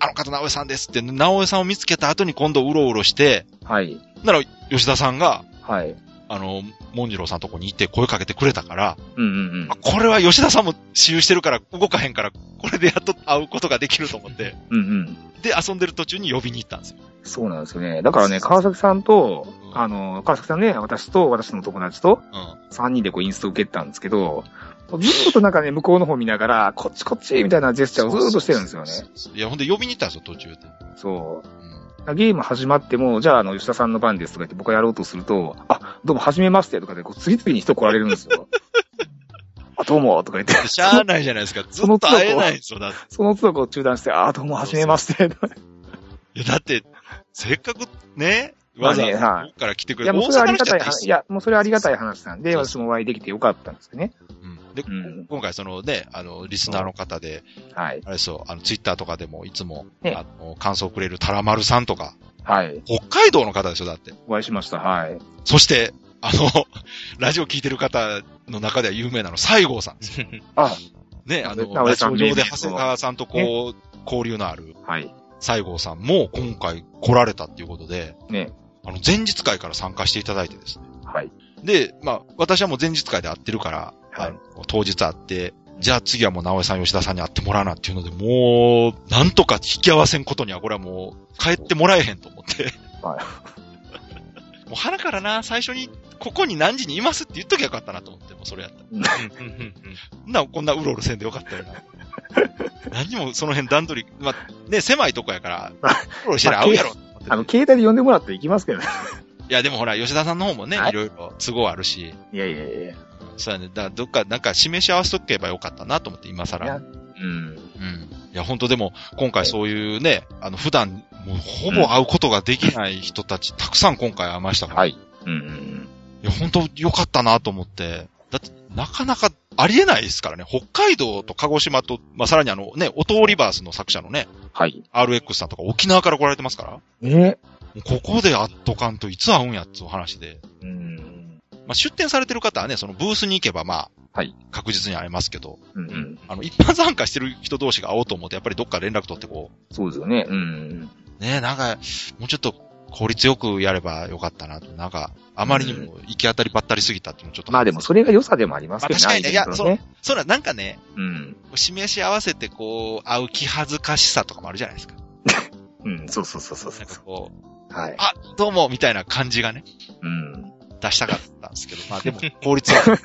[SPEAKER 2] あの方、直江さんですって、直江さんを見つけた後に今度うろうろして、
[SPEAKER 3] はい。
[SPEAKER 2] なら、吉田さんが、
[SPEAKER 3] はい。
[SPEAKER 2] あの、モンジローさんとこにいて声かけてくれたから、
[SPEAKER 3] うんうんうん
[SPEAKER 2] あ。これは吉田さんも私有してるから動かへんから、これでやっと会うことができると思って、
[SPEAKER 3] うんうん。
[SPEAKER 2] で、遊んでる途中に呼びに行ったんですよ。
[SPEAKER 3] そうなんですよね。だからね、川崎さんと、
[SPEAKER 2] うん
[SPEAKER 3] あの、川崎さんね、私と私の友達と、
[SPEAKER 2] う
[SPEAKER 3] 3人でこうインスト受けてたんですけど、ずーっとなんかね、向こうの方見ながら、こっちこっちみたいなジェスチャーをずーっとしてるんですよね。
[SPEAKER 2] ん。いや、ほんで呼びに行ったんですよ、途中で。
[SPEAKER 3] そうう。
[SPEAKER 2] ん
[SPEAKER 3] ゲーム始まっても、じゃあ、あの、吉田さんの番ですとか言って僕がやろうとすると、あ、どうも、はじめましてとかで、こう、次々に人来られるんです よ。あ、どうも、とか言って、
[SPEAKER 2] でしゃあないじゃない ですか。ずっと会えないんですよ。だって
[SPEAKER 3] その都度こう中断して、あ、どうも、はじめまして。
[SPEAKER 2] いや、だって、せっかくね、
[SPEAKER 3] ま
[SPEAKER 2] わ
[SPEAKER 3] あ
[SPEAKER 2] ざ
[SPEAKER 3] ね
[SPEAKER 2] わざ
[SPEAKER 3] はい
[SPEAKER 2] 僕から来てく
[SPEAKER 3] い
[SPEAKER 2] れ
[SPEAKER 3] や、
[SPEAKER 2] る。
[SPEAKER 3] もうそれはありがたい話、い
[SPEAKER 2] や
[SPEAKER 3] や、もうそれはありがたい話なんで、
[SPEAKER 2] そう
[SPEAKER 3] 私もお会いできてよかったんですよね。
[SPEAKER 2] うん。で、
[SPEAKER 3] うん
[SPEAKER 2] 今回そのね、あの、リスナーの方で、
[SPEAKER 3] はい。
[SPEAKER 2] あれですよ、あの、ツイッターとかでもいつも、
[SPEAKER 3] ね
[SPEAKER 2] あの、感想をくれるタラマルさんとか、
[SPEAKER 3] はい。
[SPEAKER 2] 北海道の方ですよ、だって。
[SPEAKER 3] お会いしました。はい。
[SPEAKER 2] そして、あの、 ラジオ聞いてる方の中では有名なの、西郷さんですよ。
[SPEAKER 3] あ、
[SPEAKER 2] ね、あの、
[SPEAKER 3] 直
[SPEAKER 2] ラ
[SPEAKER 3] 江
[SPEAKER 2] ジ
[SPEAKER 3] さん
[SPEAKER 2] オ上で
[SPEAKER 3] 名物
[SPEAKER 2] 長
[SPEAKER 3] の
[SPEAKER 2] 谷川さんとこう、交流のある
[SPEAKER 3] はい。
[SPEAKER 2] 西郷さんも今回来られたっていうことで、
[SPEAKER 3] ね。
[SPEAKER 2] あの、前日会から参加していただいてですね。
[SPEAKER 3] はい。
[SPEAKER 2] で、まあ、私はもう前日会で会ってるから、
[SPEAKER 3] はい
[SPEAKER 2] あの当日会って、じゃあ次はもう直江さん、吉田さんに会ってもらうなっていうので、もう、なんとか引き合わせんことには、これはもう、帰ってもらえへんと思って。
[SPEAKER 3] は
[SPEAKER 2] もう腹からな、最初に、ここに何時にいますって言っときゃよかったなと思って、もうそれやったら。
[SPEAKER 5] うんうんうんうん
[SPEAKER 2] な、こんなうろうろせんでよかったよ な。何もその辺段取り、まあ、ね、狭いとこ やから、うろうろしてりゃ合うやろと思って
[SPEAKER 3] あの、携帯で呼んでもらって行きますけどね。
[SPEAKER 2] いや、でもほら、吉田さんの方もね、
[SPEAKER 3] はい
[SPEAKER 2] いろいろ都合あるし、
[SPEAKER 3] いやいやいや。
[SPEAKER 2] そうやね。だからどっか、なんか示し合わせとけばよかったなと思って、今更。
[SPEAKER 3] いやうん。
[SPEAKER 2] うん。いや、本当でも、今回そういうね、あの、普段、もうほぼ会うことができない人たち、たくさん今回会いましたから。。
[SPEAKER 3] はいいうんうん。
[SPEAKER 2] や、本当良かったなと思って。だって、なかなかありえないですからね。北海道と鹿児島と、まあ、さらにあのね、オトーリバースの作者のね、
[SPEAKER 3] はい。
[SPEAKER 2] RX さんとか沖縄から来られてますから。も
[SPEAKER 3] ね。
[SPEAKER 2] うここで会っとかんといつ会うんやっつう話で。
[SPEAKER 3] うん。
[SPEAKER 2] まあ、出店されてる方はね、そのブースに行けばまあ、
[SPEAKER 3] はい
[SPEAKER 2] 確実に会えますけど、
[SPEAKER 3] うんうん。
[SPEAKER 2] あの、一般参加してる人同士が会おうと思うと、やっぱりどっか連絡取ってこ
[SPEAKER 3] そうですよね。うん。
[SPEAKER 2] う、ねえ、なんか、もうちょっと効率よくやればよかったなと、なんか、あまりにも行き当たりばったりすぎたっていうのちょっと。
[SPEAKER 3] まあでも、それが良さでもありますけどね。
[SPEAKER 2] まあ確かにね
[SPEAKER 3] アイデアとね
[SPEAKER 2] そうだ、なんかね、
[SPEAKER 3] うん。
[SPEAKER 2] 示し合わせてこう、会う気恥ずかしさとかもあるじゃないですか。
[SPEAKER 3] うん、そうそうそうそう
[SPEAKER 2] なんか
[SPEAKER 3] そ
[SPEAKER 2] こ
[SPEAKER 3] う。
[SPEAKER 2] う、
[SPEAKER 3] はい。
[SPEAKER 2] あ、どうも、みたいな感じがね、
[SPEAKER 3] うん。
[SPEAKER 2] 出したかったんで すけど、まあでも、効率は。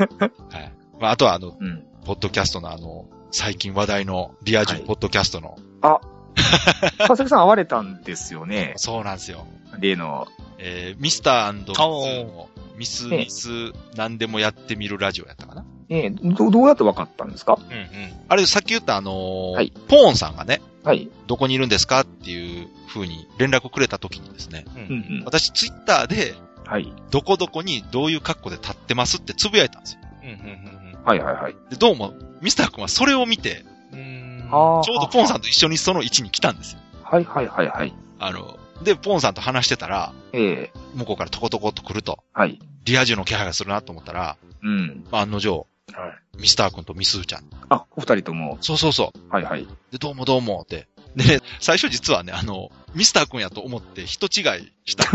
[SPEAKER 2] はい。まあ、あとはあの、
[SPEAKER 3] うん。
[SPEAKER 2] ポッドキャストのあの、最近話題のリア充
[SPEAKER 3] はい
[SPEAKER 2] ポッドキャストの、
[SPEAKER 3] 川崎さん会われたんですよね。
[SPEAKER 2] そうなんですよ。
[SPEAKER 3] 例の。
[SPEAKER 2] えー、ミスターミス
[SPEAKER 5] お
[SPEAKER 2] のミスミス何でもやってみるラジオやったかな。
[SPEAKER 3] ねど、どうやって分かったんですか
[SPEAKER 5] うんうん。
[SPEAKER 2] あれ、さっき言ったあのー
[SPEAKER 3] はい
[SPEAKER 2] ポーンさんがね、
[SPEAKER 3] はい。
[SPEAKER 2] どこにいるんですかっていう風に連絡くれた時にですね、
[SPEAKER 5] うん
[SPEAKER 3] うんうん。
[SPEAKER 2] 私ツイッターで、
[SPEAKER 3] はい。
[SPEAKER 2] どこどこにどういう格好で立ってますってつぶやいたんですよ。
[SPEAKER 5] うんうん
[SPEAKER 3] はいはいはい。
[SPEAKER 2] で、どうも、ミスター君はそれを見て、
[SPEAKER 5] うんうん。うーん
[SPEAKER 3] あー
[SPEAKER 2] ちょうどポンさんと一緒にその位置に来たんですよ。
[SPEAKER 3] はいはいはいはい。
[SPEAKER 2] あの、で、ポンさんと話してたら、
[SPEAKER 3] ええ
[SPEAKER 2] 向こうからトコトコっと来ると、
[SPEAKER 3] はい。
[SPEAKER 2] リア充の気配がするなと思ったら、
[SPEAKER 3] うん。
[SPEAKER 2] まあ案の定、
[SPEAKER 3] はい。
[SPEAKER 2] ミスター君とミスーちゃん。
[SPEAKER 3] あ、お二人とも。
[SPEAKER 2] そうそうそう。
[SPEAKER 3] はいはい。
[SPEAKER 2] で、どうもどうもって。でね、最初実はね、あの、ミスター君やと思って人違いした。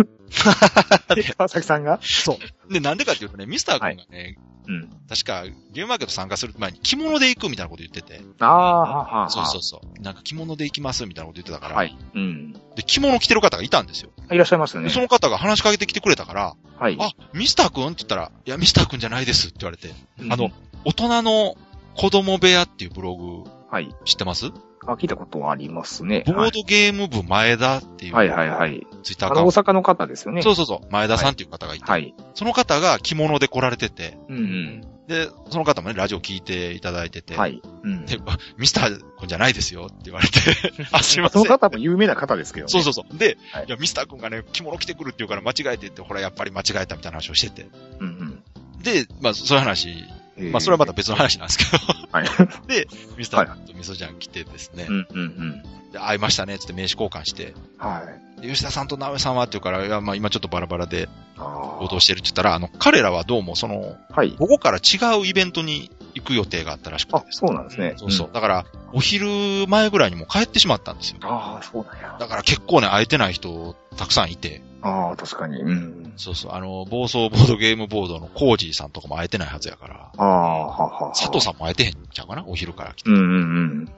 [SPEAKER 3] 川崎さんが
[SPEAKER 2] そう。で、なんでかっていうとね、ミスター君がね、
[SPEAKER 3] うん。
[SPEAKER 2] 確か、ゲームマーケット参加する前に着物で行くみたいなこと言ってて、
[SPEAKER 3] ああ、はあはあ。
[SPEAKER 2] そうそうそう。なんか着物で行きますみたいなこと言ってたから、
[SPEAKER 3] はい。うん。
[SPEAKER 2] で、着物着てる方がいたんですよ。
[SPEAKER 3] いらっしゃいました
[SPEAKER 2] で
[SPEAKER 3] ね。
[SPEAKER 2] その方が話しかけてきてくれたから、
[SPEAKER 3] はい。
[SPEAKER 2] あ、ミスター君って言ったら、いや、ミスター君じゃないですって言われて、
[SPEAKER 3] うん
[SPEAKER 2] あの、大人の子供部屋っていうブログ
[SPEAKER 3] はい。
[SPEAKER 2] 知ってます
[SPEAKER 3] あ、聞いたことはありますね。
[SPEAKER 2] ボードゲーム部前田っていう
[SPEAKER 3] はいはいはいはい。
[SPEAKER 2] ツイッター
[SPEAKER 3] あ
[SPEAKER 2] アカ
[SPEAKER 3] の、
[SPEAKER 2] ウン
[SPEAKER 3] 大
[SPEAKER 2] ト。
[SPEAKER 3] 阪の方ですよね。。
[SPEAKER 2] そううそうそう、前田さんっていう方がいて、
[SPEAKER 3] はい。
[SPEAKER 2] その方が着物で来られてて、
[SPEAKER 3] うんうん。
[SPEAKER 2] で、その方もね、ラジオ聞いていただいてて、
[SPEAKER 3] はい。うん。
[SPEAKER 2] であミスター君じゃないですよって言われて、 あ、すいませ
[SPEAKER 3] その。
[SPEAKER 2] ん
[SPEAKER 3] 方も有名な方ですけどね。
[SPEAKER 2] そうそうそう。で、
[SPEAKER 3] はい
[SPEAKER 2] い、や、ミスター君がね、着物着てくるって言うから間違えてって、ほら、やっぱり間違えたみたいな話をしてて。
[SPEAKER 3] うん
[SPEAKER 2] で、まあ、そういう話、
[SPEAKER 3] うん。
[SPEAKER 2] まあ、それはまた別の話なんですけど、
[SPEAKER 3] た。はい。
[SPEAKER 2] で、ミスター君とミソちゃん来てですね
[SPEAKER 3] う、んうんうん。
[SPEAKER 2] で会いましたね、つって名刺交換して、
[SPEAKER 3] はい。
[SPEAKER 2] で吉田さんと直江さんはって言うから、いや、まあ今ちょっとバラバラで
[SPEAKER 3] あ
[SPEAKER 2] 行動してるって言ったら、あの、彼らはどうもその、
[SPEAKER 3] あ。はい。
[SPEAKER 2] 午後から違うイベントに行く予定があったらしく
[SPEAKER 3] あ
[SPEAKER 2] て、ですね
[SPEAKER 3] そうなんですね。
[SPEAKER 2] そうそう。
[SPEAKER 3] ん。
[SPEAKER 2] だから、お昼前ぐらいにもう帰ってしまったんですよ。
[SPEAKER 3] ああ、そうなんや。
[SPEAKER 2] だから結構ね、会えてない人、たくさんいて、
[SPEAKER 3] ああ、確かに。うん。
[SPEAKER 2] そうそう、あの、暴走ボードゲームボードのコージーさんとかも会えてないはずやから、
[SPEAKER 3] ああ、はあはあ。
[SPEAKER 2] 佐藤さんも会えてへんちゃうかなお昼から来て。
[SPEAKER 3] うんうんうん。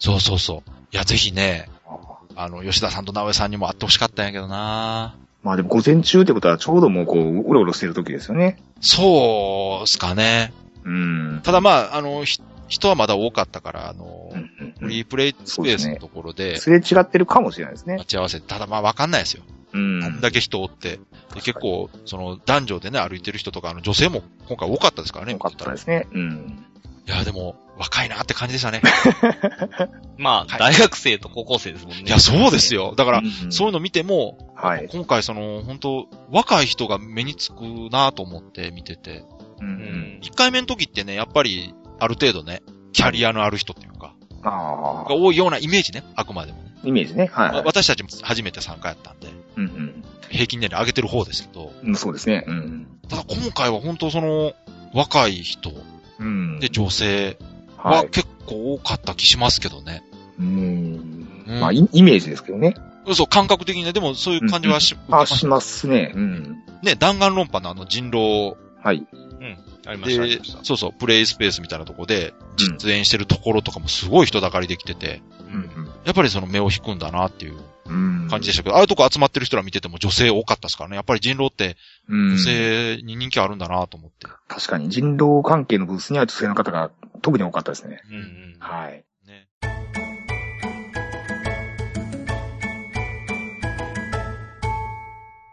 [SPEAKER 2] そうそうそう。いや、ぜひね、
[SPEAKER 3] ああ
[SPEAKER 2] あの、吉田さんと直江さんにも会ってほしかったんやけどな
[SPEAKER 3] まあでも午前中ってことはちょうどもうこう、うろうろしてる時ですよね。
[SPEAKER 2] そうっすかね。
[SPEAKER 3] うん。
[SPEAKER 2] ただまあ、あの、ひ人はまだ多かったから、あの、
[SPEAKER 3] うんうん
[SPEAKER 2] フ
[SPEAKER 3] うん
[SPEAKER 2] リープレイスペースのところで、
[SPEAKER 3] すれ違ってるかもしれないですね
[SPEAKER 2] 待。ち合わせ、ただまあわかんないですよ。
[SPEAKER 3] うん。
[SPEAKER 2] あんだけ人おって。で結構、その男女でね、歩いてる人とか、あの女性も今回多かったですからね、。
[SPEAKER 3] よかったですすね。うん。
[SPEAKER 2] いや、でも、若いなって感じでしたね。
[SPEAKER 5] まあ、
[SPEAKER 2] は
[SPEAKER 5] 大学生と高校生ですもんね。
[SPEAKER 2] いや、そうです
[SPEAKER 5] よ。
[SPEAKER 2] よ。だから、
[SPEAKER 3] ん
[SPEAKER 2] そういうの見ても、
[SPEAKER 3] はい。
[SPEAKER 2] 今回その、本当若い人が目につくなと思って見てて、
[SPEAKER 3] う。
[SPEAKER 5] うんん。
[SPEAKER 2] 1回目の時ってね、やっぱり、ある程度ね、キャリアのある人っていうか、
[SPEAKER 3] あ
[SPEAKER 2] が
[SPEAKER 3] あ。
[SPEAKER 2] 多いようなイメージね、あくまでもね。
[SPEAKER 3] イメージね。はいは
[SPEAKER 2] わ
[SPEAKER 3] い。
[SPEAKER 2] 私たちも初めて参加やったんで、
[SPEAKER 3] うん
[SPEAKER 2] 平均年齢上げてる方ですけど、
[SPEAKER 3] うんうん。そうですね。うん。
[SPEAKER 2] ただ今回は本当その、若い人
[SPEAKER 3] うん。
[SPEAKER 2] で女性
[SPEAKER 3] は。
[SPEAKER 2] はい結構多かった気しますけどね。
[SPEAKER 3] うん。
[SPEAKER 2] うん
[SPEAKER 3] まあ、イイメージですけどね。
[SPEAKER 2] そう、感覚的にね、でもそういう感じはし、
[SPEAKER 3] あ、しますね。うん。
[SPEAKER 2] ね、弾丸論破のあの人狼
[SPEAKER 3] はい。
[SPEAKER 5] ありました、あり
[SPEAKER 2] で
[SPEAKER 5] ました、。
[SPEAKER 2] そうそう、プレイスペースみたいなとこで実演してるところとかもすごい人だかりできてて、
[SPEAKER 3] うん
[SPEAKER 2] やっぱりその目を引くんだなっていう
[SPEAKER 3] うん。うん
[SPEAKER 2] 感じでしたけど、ああいうとこ集まってる人ら見てても女性多かったですからね、やっぱり人狼って
[SPEAKER 3] うん
[SPEAKER 2] 女。性に人気あるんだなと思って。
[SPEAKER 3] 確かに人狼関係のブースには女性の方が特に多かったですね。
[SPEAKER 5] うんうん。
[SPEAKER 3] はい。
[SPEAKER 2] ね。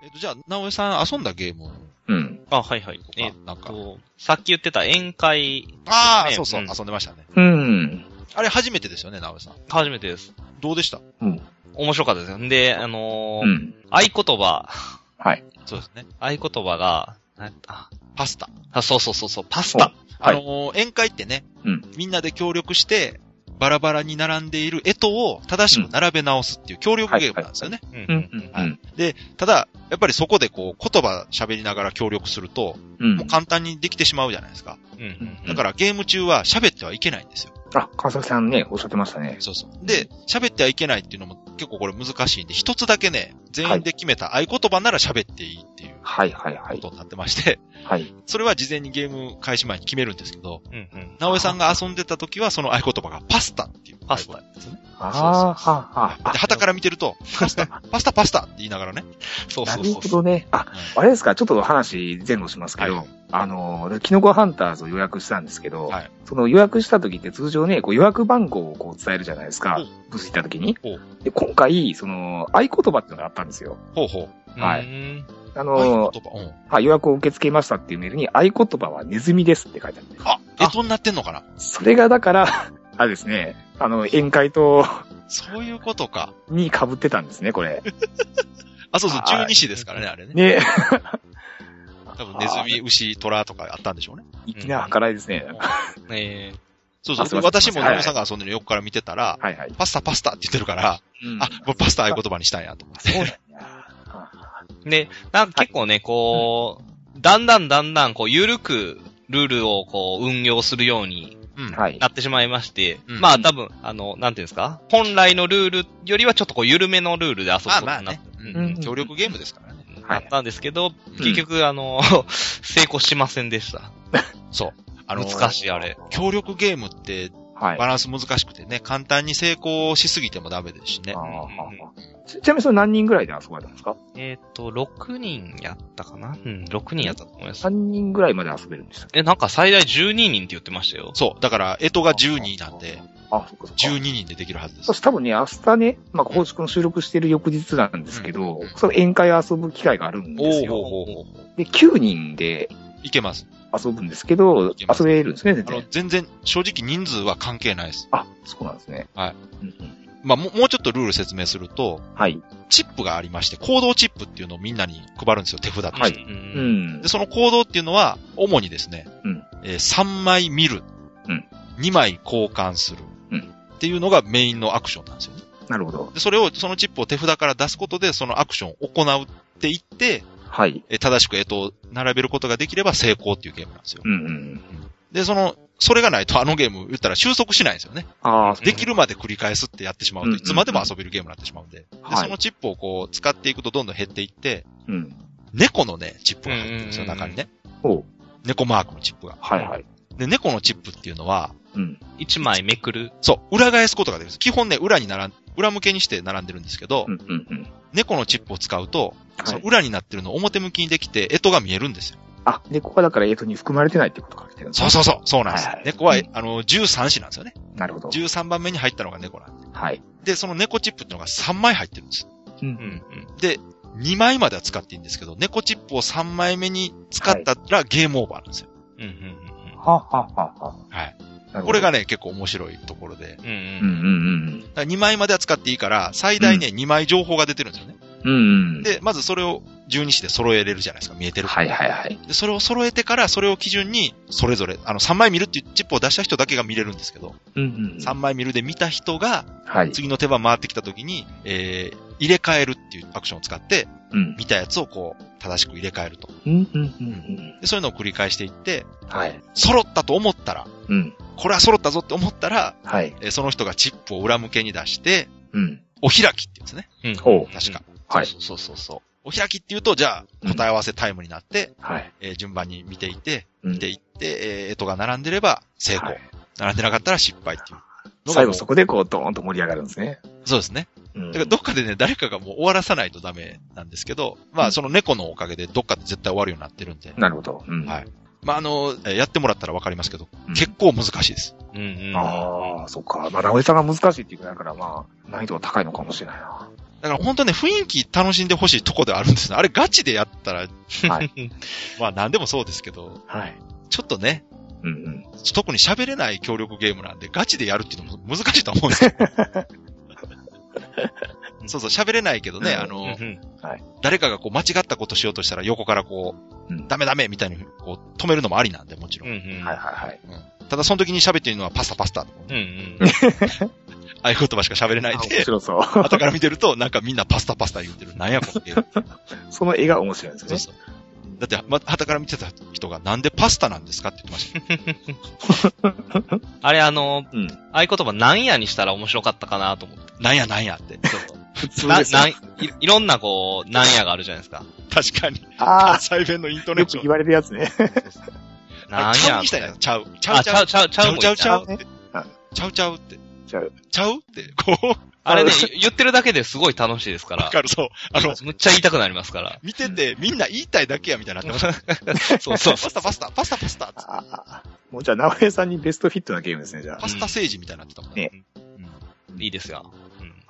[SPEAKER 2] えっと、じゃあ、直江さん遊んだゲーム
[SPEAKER 3] うん。
[SPEAKER 5] あ、はいはい。
[SPEAKER 2] とか、
[SPEAKER 5] えっ
[SPEAKER 2] なんか。
[SPEAKER 5] と、さっき言ってた宴会、
[SPEAKER 2] ああ、
[SPEAKER 5] ね
[SPEAKER 2] そうそう、
[SPEAKER 5] うん
[SPEAKER 2] 遊んでましたね。
[SPEAKER 3] うん。
[SPEAKER 2] あれ初めてですよね、直江さん。
[SPEAKER 5] 初めてです。
[SPEAKER 2] どうでした
[SPEAKER 3] うん。
[SPEAKER 5] 面白かったですよ。で、あのー
[SPEAKER 3] うん。
[SPEAKER 5] 合言葉、
[SPEAKER 3] はい。
[SPEAKER 2] そうですね。
[SPEAKER 5] 合言葉が、なんやった
[SPEAKER 2] パスタ。
[SPEAKER 5] あ、そうそうそうそう、パスタ。
[SPEAKER 2] あ
[SPEAKER 3] はい
[SPEAKER 2] のー宴会ってね、
[SPEAKER 3] うん
[SPEAKER 2] みんなで協力して、バラバラに並んでいる絵とを正しく並べ直すっていう協力ゲームなんですよね。
[SPEAKER 5] うん
[SPEAKER 3] う
[SPEAKER 5] うんん。
[SPEAKER 3] うん
[SPEAKER 2] で、ただ、やっぱりそこでこう、言葉喋りながら協力すると、
[SPEAKER 3] うん
[SPEAKER 2] もう簡単にできてしまうじゃないですか。
[SPEAKER 5] うんうん
[SPEAKER 2] だからゲーム中は喋ってはいけないんですよ。
[SPEAKER 3] あ、川崎さんね、おっしゃってましたね。
[SPEAKER 2] そうそう。で、喋ってはいけないっていうのも結構これ難しいんで、一つだけね、全員で決めた合言葉なら喋っていいっていう
[SPEAKER 3] はいはいは
[SPEAKER 2] こ
[SPEAKER 3] い。
[SPEAKER 2] とになってまして、
[SPEAKER 3] はい。
[SPEAKER 2] それは事前にゲーム開始前に決めるんですけど、
[SPEAKER 5] うんうん。
[SPEAKER 2] 直江さんが遊んでた時はその合言葉がパスタっていう。
[SPEAKER 5] パスタ。
[SPEAKER 3] ああ
[SPEAKER 2] そうそうそう、
[SPEAKER 3] はあ、はあ。
[SPEAKER 2] で、旗から見てると、パスタ、 パスタ、パスタって言いながらね。
[SPEAKER 5] そう
[SPEAKER 3] な
[SPEAKER 5] そう
[SPEAKER 3] る
[SPEAKER 5] そう
[SPEAKER 3] ほ
[SPEAKER 5] そう。
[SPEAKER 3] どね。あ、あれですか、ちょっと話前後しますけど、
[SPEAKER 2] は
[SPEAKER 3] あの、でキノコハンターズを予約したんですけど、
[SPEAKER 2] はい
[SPEAKER 3] その予約した時って通常ね、こう予約番号をこう伝えるじゃないですか
[SPEAKER 2] うん、
[SPEAKER 3] ブス行った時に
[SPEAKER 2] うん。
[SPEAKER 3] で、今回、その、合言葉っていうのがあったんですよ。
[SPEAKER 2] ほうほう。
[SPEAKER 3] はいう
[SPEAKER 5] ーん。
[SPEAKER 3] あ
[SPEAKER 2] 合
[SPEAKER 3] の、
[SPEAKER 2] 言葉。うん。
[SPEAKER 3] はい予約を受け付けましたっていうメールに、合言葉はネズミですって書いてあって。
[SPEAKER 2] あ、えとになってんのかな
[SPEAKER 3] それがだから、 あれですね、あの、宴会と、
[SPEAKER 2] そういうことか。
[SPEAKER 3] に被ってたんですね、これ。
[SPEAKER 2] あ、そうそう、
[SPEAKER 3] はい
[SPEAKER 2] 十二支ですからね、あれね。
[SPEAKER 3] ね、
[SPEAKER 2] 多分ネズミ、牛、虎とかあったんでしょうね。
[SPEAKER 3] 粋な計らいですね。
[SPEAKER 5] え
[SPEAKER 2] そう
[SPEAKER 3] あすい
[SPEAKER 2] そう。
[SPEAKER 3] ません
[SPEAKER 2] 私
[SPEAKER 3] すい
[SPEAKER 2] も
[SPEAKER 3] ません
[SPEAKER 2] 直江さんが遊んでる横から見てたら、
[SPEAKER 3] はいはい。
[SPEAKER 2] パスタパスタって言ってるから、
[SPEAKER 3] うん
[SPEAKER 2] あ、もうパスタ合言葉にしたんやと思って。
[SPEAKER 3] そうなんや。
[SPEAKER 5] えで、なんか結構ね、こう、だんだんだんだん、こう、ゆるく、ルールをこう、運用するように
[SPEAKER 2] うん。
[SPEAKER 3] はい。
[SPEAKER 5] なってしまいまして、
[SPEAKER 2] うん
[SPEAKER 5] まあ多分、あの、なんていうんですか本来のルールよりはちょっとこう、緩めのルールで遊ぶこ
[SPEAKER 2] ま
[SPEAKER 5] と
[SPEAKER 2] あ
[SPEAKER 5] に
[SPEAKER 2] ま
[SPEAKER 5] な
[SPEAKER 2] あ
[SPEAKER 5] っ
[SPEAKER 2] ね。
[SPEAKER 3] う
[SPEAKER 2] うんん。協力ゲームですからね。
[SPEAKER 5] なったんですけど、結局、あの、 成功しませんでした。
[SPEAKER 2] あの、
[SPEAKER 5] 難しい、あれ。
[SPEAKER 2] 協力ゲームって
[SPEAKER 3] はい。
[SPEAKER 2] バランス難しくてね、簡単に成功しすぎてもダメですしね
[SPEAKER 3] あ。あ
[SPEAKER 5] うんうん
[SPEAKER 3] ちちなみにそれ何人ぐらいで遊ばれたんですか
[SPEAKER 5] えっ、と、6人やったかなうん、6人やったと思います
[SPEAKER 3] ?3。人ぐらいまで遊べるんでしたっけ
[SPEAKER 5] え、なんか最大12人って言ってましたよ。
[SPEAKER 2] そう。だから、えとが12なんで、
[SPEAKER 3] あ、そっかそっか。
[SPEAKER 2] 12人でできるはずです
[SPEAKER 3] そ。して多分ね、明日ね、まあ、ここの収録してる翌日なんですけど、その宴会を遊ぶ機会があるんです
[SPEAKER 2] おう
[SPEAKER 3] よ。
[SPEAKER 2] おうおう
[SPEAKER 3] で、9人で
[SPEAKER 2] いけます。
[SPEAKER 3] 遊ぶんですけど、
[SPEAKER 2] いけます
[SPEAKER 3] 遊べるんですね、全
[SPEAKER 2] あの
[SPEAKER 3] 然。、
[SPEAKER 2] 全然、正直人数は関係ないです。
[SPEAKER 3] あ、そうなんですね。
[SPEAKER 2] はい
[SPEAKER 3] うんうん。
[SPEAKER 2] まあ、もうもうちょっとルール説明すると、
[SPEAKER 3] はい。
[SPEAKER 2] チップがありまして、行動チップっていうのをみんなに配るんですよ、手札として。
[SPEAKER 3] は
[SPEAKER 5] う。
[SPEAKER 3] い。うんん
[SPEAKER 2] で、。その行動っていうのは、主にですね、
[SPEAKER 3] うん
[SPEAKER 2] えー3枚見る、
[SPEAKER 3] うん
[SPEAKER 2] 2枚交換する、
[SPEAKER 3] うん
[SPEAKER 2] っていうのがメインのアクションなんですよね。
[SPEAKER 3] なるほど。
[SPEAKER 2] で、それを、そのチップを手札から出すことで、そのアクションを行うっていって、
[SPEAKER 3] はい。
[SPEAKER 2] えー正しくえとを並べることができれば成功っていうゲームなんですよ
[SPEAKER 3] う。んうん。
[SPEAKER 2] で、その、それがないとあのゲーム言ったら収束しないんですよね。
[SPEAKER 3] ああ、そ
[SPEAKER 2] できるまで繰り返すってやってしまう
[SPEAKER 3] うん
[SPEAKER 2] といつまでも遊べるゲームになってしまうんで。で、
[SPEAKER 3] はい
[SPEAKER 2] そのチップをこう使っていくとどんどん減っていって、
[SPEAKER 3] うん。
[SPEAKER 2] 猫のね、チップが入ってるんですよ、
[SPEAKER 5] うんうんうん
[SPEAKER 2] 中にね。
[SPEAKER 3] おう
[SPEAKER 2] 猫マークのチップが。
[SPEAKER 3] はいはい。
[SPEAKER 2] で、猫のチップっていうのは、
[SPEAKER 3] うん。
[SPEAKER 5] 1枚めくる。
[SPEAKER 2] そう、裏返すことができるんです。基本ね、裏に並ん、裏向けにして並んでるんですけど、
[SPEAKER 3] うんうんうん。
[SPEAKER 2] 猫のチップを使うと、そ
[SPEAKER 3] は
[SPEAKER 2] の
[SPEAKER 3] い。
[SPEAKER 2] 裏になってるのを表向きにできて、干支が見えるんですよ。
[SPEAKER 3] あ、で、ここはだから、えっと、に含まれてないってこと書いてるんです
[SPEAKER 2] そ
[SPEAKER 3] ね
[SPEAKER 2] うそうそう、そうなんです。
[SPEAKER 3] はいはい
[SPEAKER 2] 猫は、
[SPEAKER 3] うん
[SPEAKER 2] あの、13子なんですよね。
[SPEAKER 3] なるほど。
[SPEAKER 2] 13番目に入ったのが猫なんで。
[SPEAKER 3] はい。
[SPEAKER 2] で、その猫チップっていうのが3枚入ってるんです。
[SPEAKER 3] うん
[SPEAKER 5] うんうん。
[SPEAKER 2] で、2枚までは使っていいんですけど、猫チップを3枚目に使ったらゲームオーバーなんですよ。
[SPEAKER 5] うんうん
[SPEAKER 3] はあはあはあはあ
[SPEAKER 2] はい。
[SPEAKER 3] なるほど
[SPEAKER 2] これがね、結構面白いところで。
[SPEAKER 5] うん。
[SPEAKER 3] うん
[SPEAKER 5] うんう。
[SPEAKER 3] うんん
[SPEAKER 2] だ2枚までは使っていいから、最大ね、2枚情報が出てるんですよね。
[SPEAKER 3] うん。うんうん。
[SPEAKER 2] で、まずそれを12子で揃えれるじゃないですか、見えてるか
[SPEAKER 3] は
[SPEAKER 2] ら。
[SPEAKER 3] いはいはい。
[SPEAKER 2] で、それを揃えてから、それを基準に、それぞれ、あの、3枚見るっていうチップを出した人だけが見れるんですけど、
[SPEAKER 3] うんうん
[SPEAKER 2] 3枚見るで見た人が、
[SPEAKER 3] はい。
[SPEAKER 2] 次の手番回ってきた時に、えー、入れ替えるっていうアクションを使って、
[SPEAKER 3] うん。
[SPEAKER 2] 見たやつをこう、正しく入れ替えると。
[SPEAKER 3] うんうんうん
[SPEAKER 2] で、そういうのを繰り返していって、
[SPEAKER 3] うん。はい。
[SPEAKER 2] 揃ったと思ったら、
[SPEAKER 3] うん。
[SPEAKER 2] これは揃ったぞって思ったら、
[SPEAKER 3] はい。
[SPEAKER 2] えーその人がチップを裏向けに出して、
[SPEAKER 3] うん。
[SPEAKER 2] お開きって言うんですね。
[SPEAKER 5] うん。
[SPEAKER 3] ほう。
[SPEAKER 2] 確か。
[SPEAKER 3] はい。
[SPEAKER 2] そうそうそうそう。お開きって言うと、じゃあ、答え合わせタイムになって、
[SPEAKER 3] はい。
[SPEAKER 2] えー順番に見ていて、
[SPEAKER 3] うん
[SPEAKER 2] 見ていって、えー、干支が並んでれば成功。
[SPEAKER 3] はい
[SPEAKER 2] 並んでなかったら失敗っていうのがもう。
[SPEAKER 3] 最後そこでこう、ドーンと盛り上がるんですね。
[SPEAKER 2] そうですね。
[SPEAKER 3] うん
[SPEAKER 2] だからどっかでね、誰かがもう終わらさないとダメなんですけど、ま
[SPEAKER 3] うん
[SPEAKER 2] あその猫のおかげでどっかで絶対終わるようになってるんで。
[SPEAKER 3] なるほど。うん。
[SPEAKER 2] はいまああの、えーやってもらったらわかりますけど、
[SPEAKER 3] うん
[SPEAKER 2] 結構難しいです。
[SPEAKER 5] うんうん。。
[SPEAKER 3] ああ、そっか。まあ、ラオエさんが難しいっていうことだから、まあ、難易度は高いのかもしれないな。
[SPEAKER 2] だから本当ね、雰囲気楽しんでほしいとこではあるんですね。あれガチでやったら、
[SPEAKER 3] はい
[SPEAKER 2] まあ何でもそうですけど、
[SPEAKER 3] はい。
[SPEAKER 2] ちょっとね、
[SPEAKER 3] うんうん。
[SPEAKER 2] 特に喋れない協力ゲームなんで、ガチでやるっていうのも難しいと思うんですよ。そうそう、喋れないけどね、
[SPEAKER 3] うん
[SPEAKER 2] あ
[SPEAKER 5] うんう
[SPEAKER 2] の、
[SPEAKER 5] ん
[SPEAKER 2] 誰かがこう間違ったことしようとしたら横からこう、
[SPEAKER 3] うん
[SPEAKER 2] ダメダメみたいにこう止めるのもありなんで、もちろ。
[SPEAKER 5] うんんうん。
[SPEAKER 3] はいはいはい。
[SPEAKER 2] ただその時に喋っているのはパスタパスタ。
[SPEAKER 5] うんうん。
[SPEAKER 2] ああいう言葉しか喋れない
[SPEAKER 3] あ面
[SPEAKER 2] で、
[SPEAKER 3] 白そう。
[SPEAKER 2] 後から見てると、なんかみんなパスタパスタ言ってる。なんやこのゲーム。
[SPEAKER 3] その絵が面白いんですよ
[SPEAKER 2] そう
[SPEAKER 3] ね。
[SPEAKER 2] そう。だって、ま、後から見てた人が、なんでパスタなんですかって言ってました。
[SPEAKER 5] あれ、あの、
[SPEAKER 3] うん。
[SPEAKER 5] 合言葉なんやにしたら面白かったかなと思って。
[SPEAKER 2] なんやなんやって。
[SPEAKER 3] 普通
[SPEAKER 5] な、
[SPEAKER 3] ですよ
[SPEAKER 5] なん、いいろんなこう、なんやがあるじゃないですか。
[SPEAKER 2] 確かに。
[SPEAKER 3] あ
[SPEAKER 2] 関西弁のイント
[SPEAKER 3] あ、
[SPEAKER 2] ネ
[SPEAKER 3] よ
[SPEAKER 2] ー
[SPEAKER 3] く
[SPEAKER 2] ショ
[SPEAKER 3] 言
[SPEAKER 2] ン。
[SPEAKER 3] われるやつね。
[SPEAKER 5] なん
[SPEAKER 2] ちゃ
[SPEAKER 5] や
[SPEAKER 2] うにしたいな。ちゃう。ちゃ
[SPEAKER 5] あ、
[SPEAKER 2] う
[SPEAKER 5] ち
[SPEAKER 2] ちゃ
[SPEAKER 5] ゃ
[SPEAKER 2] う。
[SPEAKER 5] うちゃうち
[SPEAKER 2] ちゃ
[SPEAKER 5] ゃう
[SPEAKER 2] う
[SPEAKER 5] も
[SPEAKER 2] ちゃう
[SPEAKER 5] い
[SPEAKER 2] ち
[SPEAKER 5] ちゃ
[SPEAKER 2] ゃ
[SPEAKER 5] う
[SPEAKER 2] う。って
[SPEAKER 3] はい。
[SPEAKER 2] ちゃうちゃうって。
[SPEAKER 3] ちゃ う。
[SPEAKER 2] ちゃうって。こ
[SPEAKER 5] あれね
[SPEAKER 3] あ、
[SPEAKER 5] 言ってるだけです ごい楽しいですか
[SPEAKER 2] う、わ
[SPEAKER 5] ら。
[SPEAKER 2] かる。そう。あの、
[SPEAKER 5] むっちゃ言いたくなりますから。
[SPEAKER 2] 見てて、みんな言いたいだけや、みたいになってました。
[SPEAKER 5] そうそうそ
[SPEAKER 2] パ
[SPEAKER 5] う
[SPEAKER 2] ス。タパスタ、パスタパスタ。
[SPEAKER 3] ああ、もうじゃあ、直江さんにベストフィットなゲームですね、じゃあ
[SPEAKER 2] パ。スタ政治みたいになってたもんね。
[SPEAKER 5] いいですよ。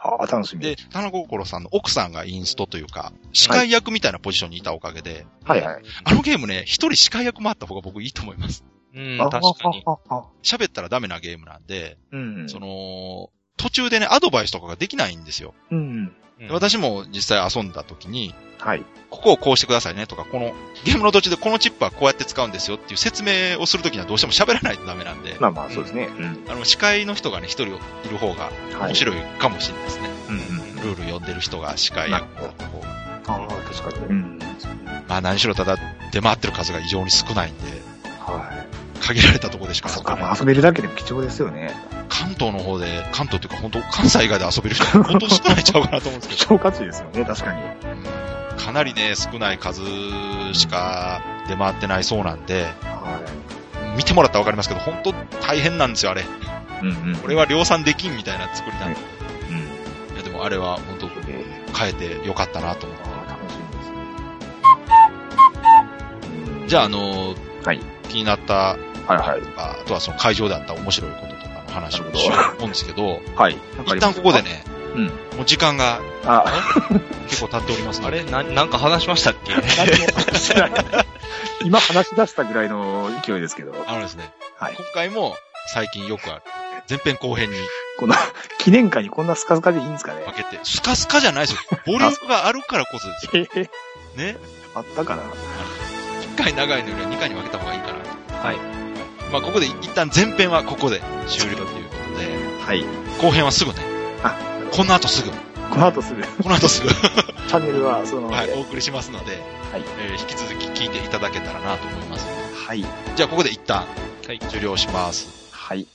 [SPEAKER 3] ああ、楽しみ。
[SPEAKER 2] で、田中心さんの奥さんがインストというか、司会役みたいなポジションにいたおかげで、
[SPEAKER 3] はいはい。
[SPEAKER 2] あのゲームね、一人司会役もあった方が僕いいと思います。
[SPEAKER 5] うん、
[SPEAKER 3] あ
[SPEAKER 5] 確かに。。
[SPEAKER 3] あああ
[SPEAKER 2] 喋ったらダメなゲームなんで、
[SPEAKER 3] うん。
[SPEAKER 2] その、途中でね、アドバイスとかができないんですよ。
[SPEAKER 3] うん。
[SPEAKER 5] うん
[SPEAKER 2] で私も実際遊んだ時に、
[SPEAKER 3] はい。
[SPEAKER 2] ここをこうしてくださいねとか、この、ゲームの途中でこのチップはこうやって使うんですよっていう説明をするときにはどうしても喋らないとダメなんで、
[SPEAKER 3] まあまあ、そうですね。うん。
[SPEAKER 2] あの、司会の人がね、一人いる方が
[SPEAKER 3] は
[SPEAKER 2] 面白いかもしれないですね。
[SPEAKER 3] うんうん。
[SPEAKER 2] ルール読んでる人が司会役をこう
[SPEAKER 3] ああ、確かに。うん。
[SPEAKER 2] まあ何しろただ出回ってる数が異常に少ないんで、
[SPEAKER 3] は
[SPEAKER 2] 限られたとこでしか
[SPEAKER 3] い。
[SPEAKER 2] 遊
[SPEAKER 3] そっ
[SPEAKER 2] べ
[SPEAKER 3] か、
[SPEAKER 2] な
[SPEAKER 3] ま
[SPEAKER 2] い
[SPEAKER 3] あ遊べるだけでも貴重ですよね。
[SPEAKER 2] 関東の方で、関東っていうか本当関西以外で遊 べる人本当少ないちゃうかなと思うんですけど
[SPEAKER 3] 貴重価値ですよね、確かに。
[SPEAKER 2] かなりね、少ない数しか出回ってないそうなんで、
[SPEAKER 3] は
[SPEAKER 2] 見てもらったらわかりますけど、本当大変なんですよ、あれ。
[SPEAKER 3] い。うんうん。
[SPEAKER 2] これは量産できんみたいな作りなんで。
[SPEAKER 3] うん。
[SPEAKER 2] いや、でもあれは本当
[SPEAKER 3] えー
[SPEAKER 2] 変えてよかったなと思う。
[SPEAKER 3] ああ、楽しみですね。
[SPEAKER 2] じゃあ、あの
[SPEAKER 3] はい
[SPEAKER 2] 気になった
[SPEAKER 3] あ、はいはい。
[SPEAKER 2] とか、あとはその会場であった面白いこととかの話
[SPEAKER 3] なる
[SPEAKER 2] を
[SPEAKER 3] ほど
[SPEAKER 2] しようと思うんですけど、
[SPEAKER 3] はい。
[SPEAKER 2] 一旦ここで。ね、
[SPEAKER 3] うん
[SPEAKER 2] もう時間が
[SPEAKER 3] あ、
[SPEAKER 2] 結構経っておりますの
[SPEAKER 5] あ
[SPEAKER 2] で、
[SPEAKER 5] れな、なんか話しましたっけ
[SPEAKER 3] 何も話してない。今話し出したぐらいの勢いですけど、
[SPEAKER 2] あのですね、
[SPEAKER 3] はい
[SPEAKER 2] 今回も最近よくある、前編後編に
[SPEAKER 3] この記念会にこんなスカスカでいいんですかね
[SPEAKER 2] 分けて、スカスカじゃないですよ。ボリュームがあるからこそですよ。
[SPEAKER 3] ええ
[SPEAKER 2] ね。
[SPEAKER 3] あったかな
[SPEAKER 2] 1回長いのよりは2回に分けた方がいいかなと。
[SPEAKER 5] はい。
[SPEAKER 2] まあ、ここで一旦前編はここで終了ということで、
[SPEAKER 3] はい。
[SPEAKER 2] 後編はすぐね
[SPEAKER 3] あ。
[SPEAKER 2] この後すぐ、
[SPEAKER 3] この後すぐ、チ
[SPEAKER 2] この後すぐ、
[SPEAKER 3] ャンネル はそのまま
[SPEAKER 2] はい、
[SPEAKER 3] で。
[SPEAKER 2] お送りしますので、
[SPEAKER 3] はい
[SPEAKER 2] えー引き続き聞いていただけたらなと思います。
[SPEAKER 3] はい。
[SPEAKER 2] じゃあ、ここで一旦
[SPEAKER 5] はい、
[SPEAKER 2] 終了します。
[SPEAKER 3] はい。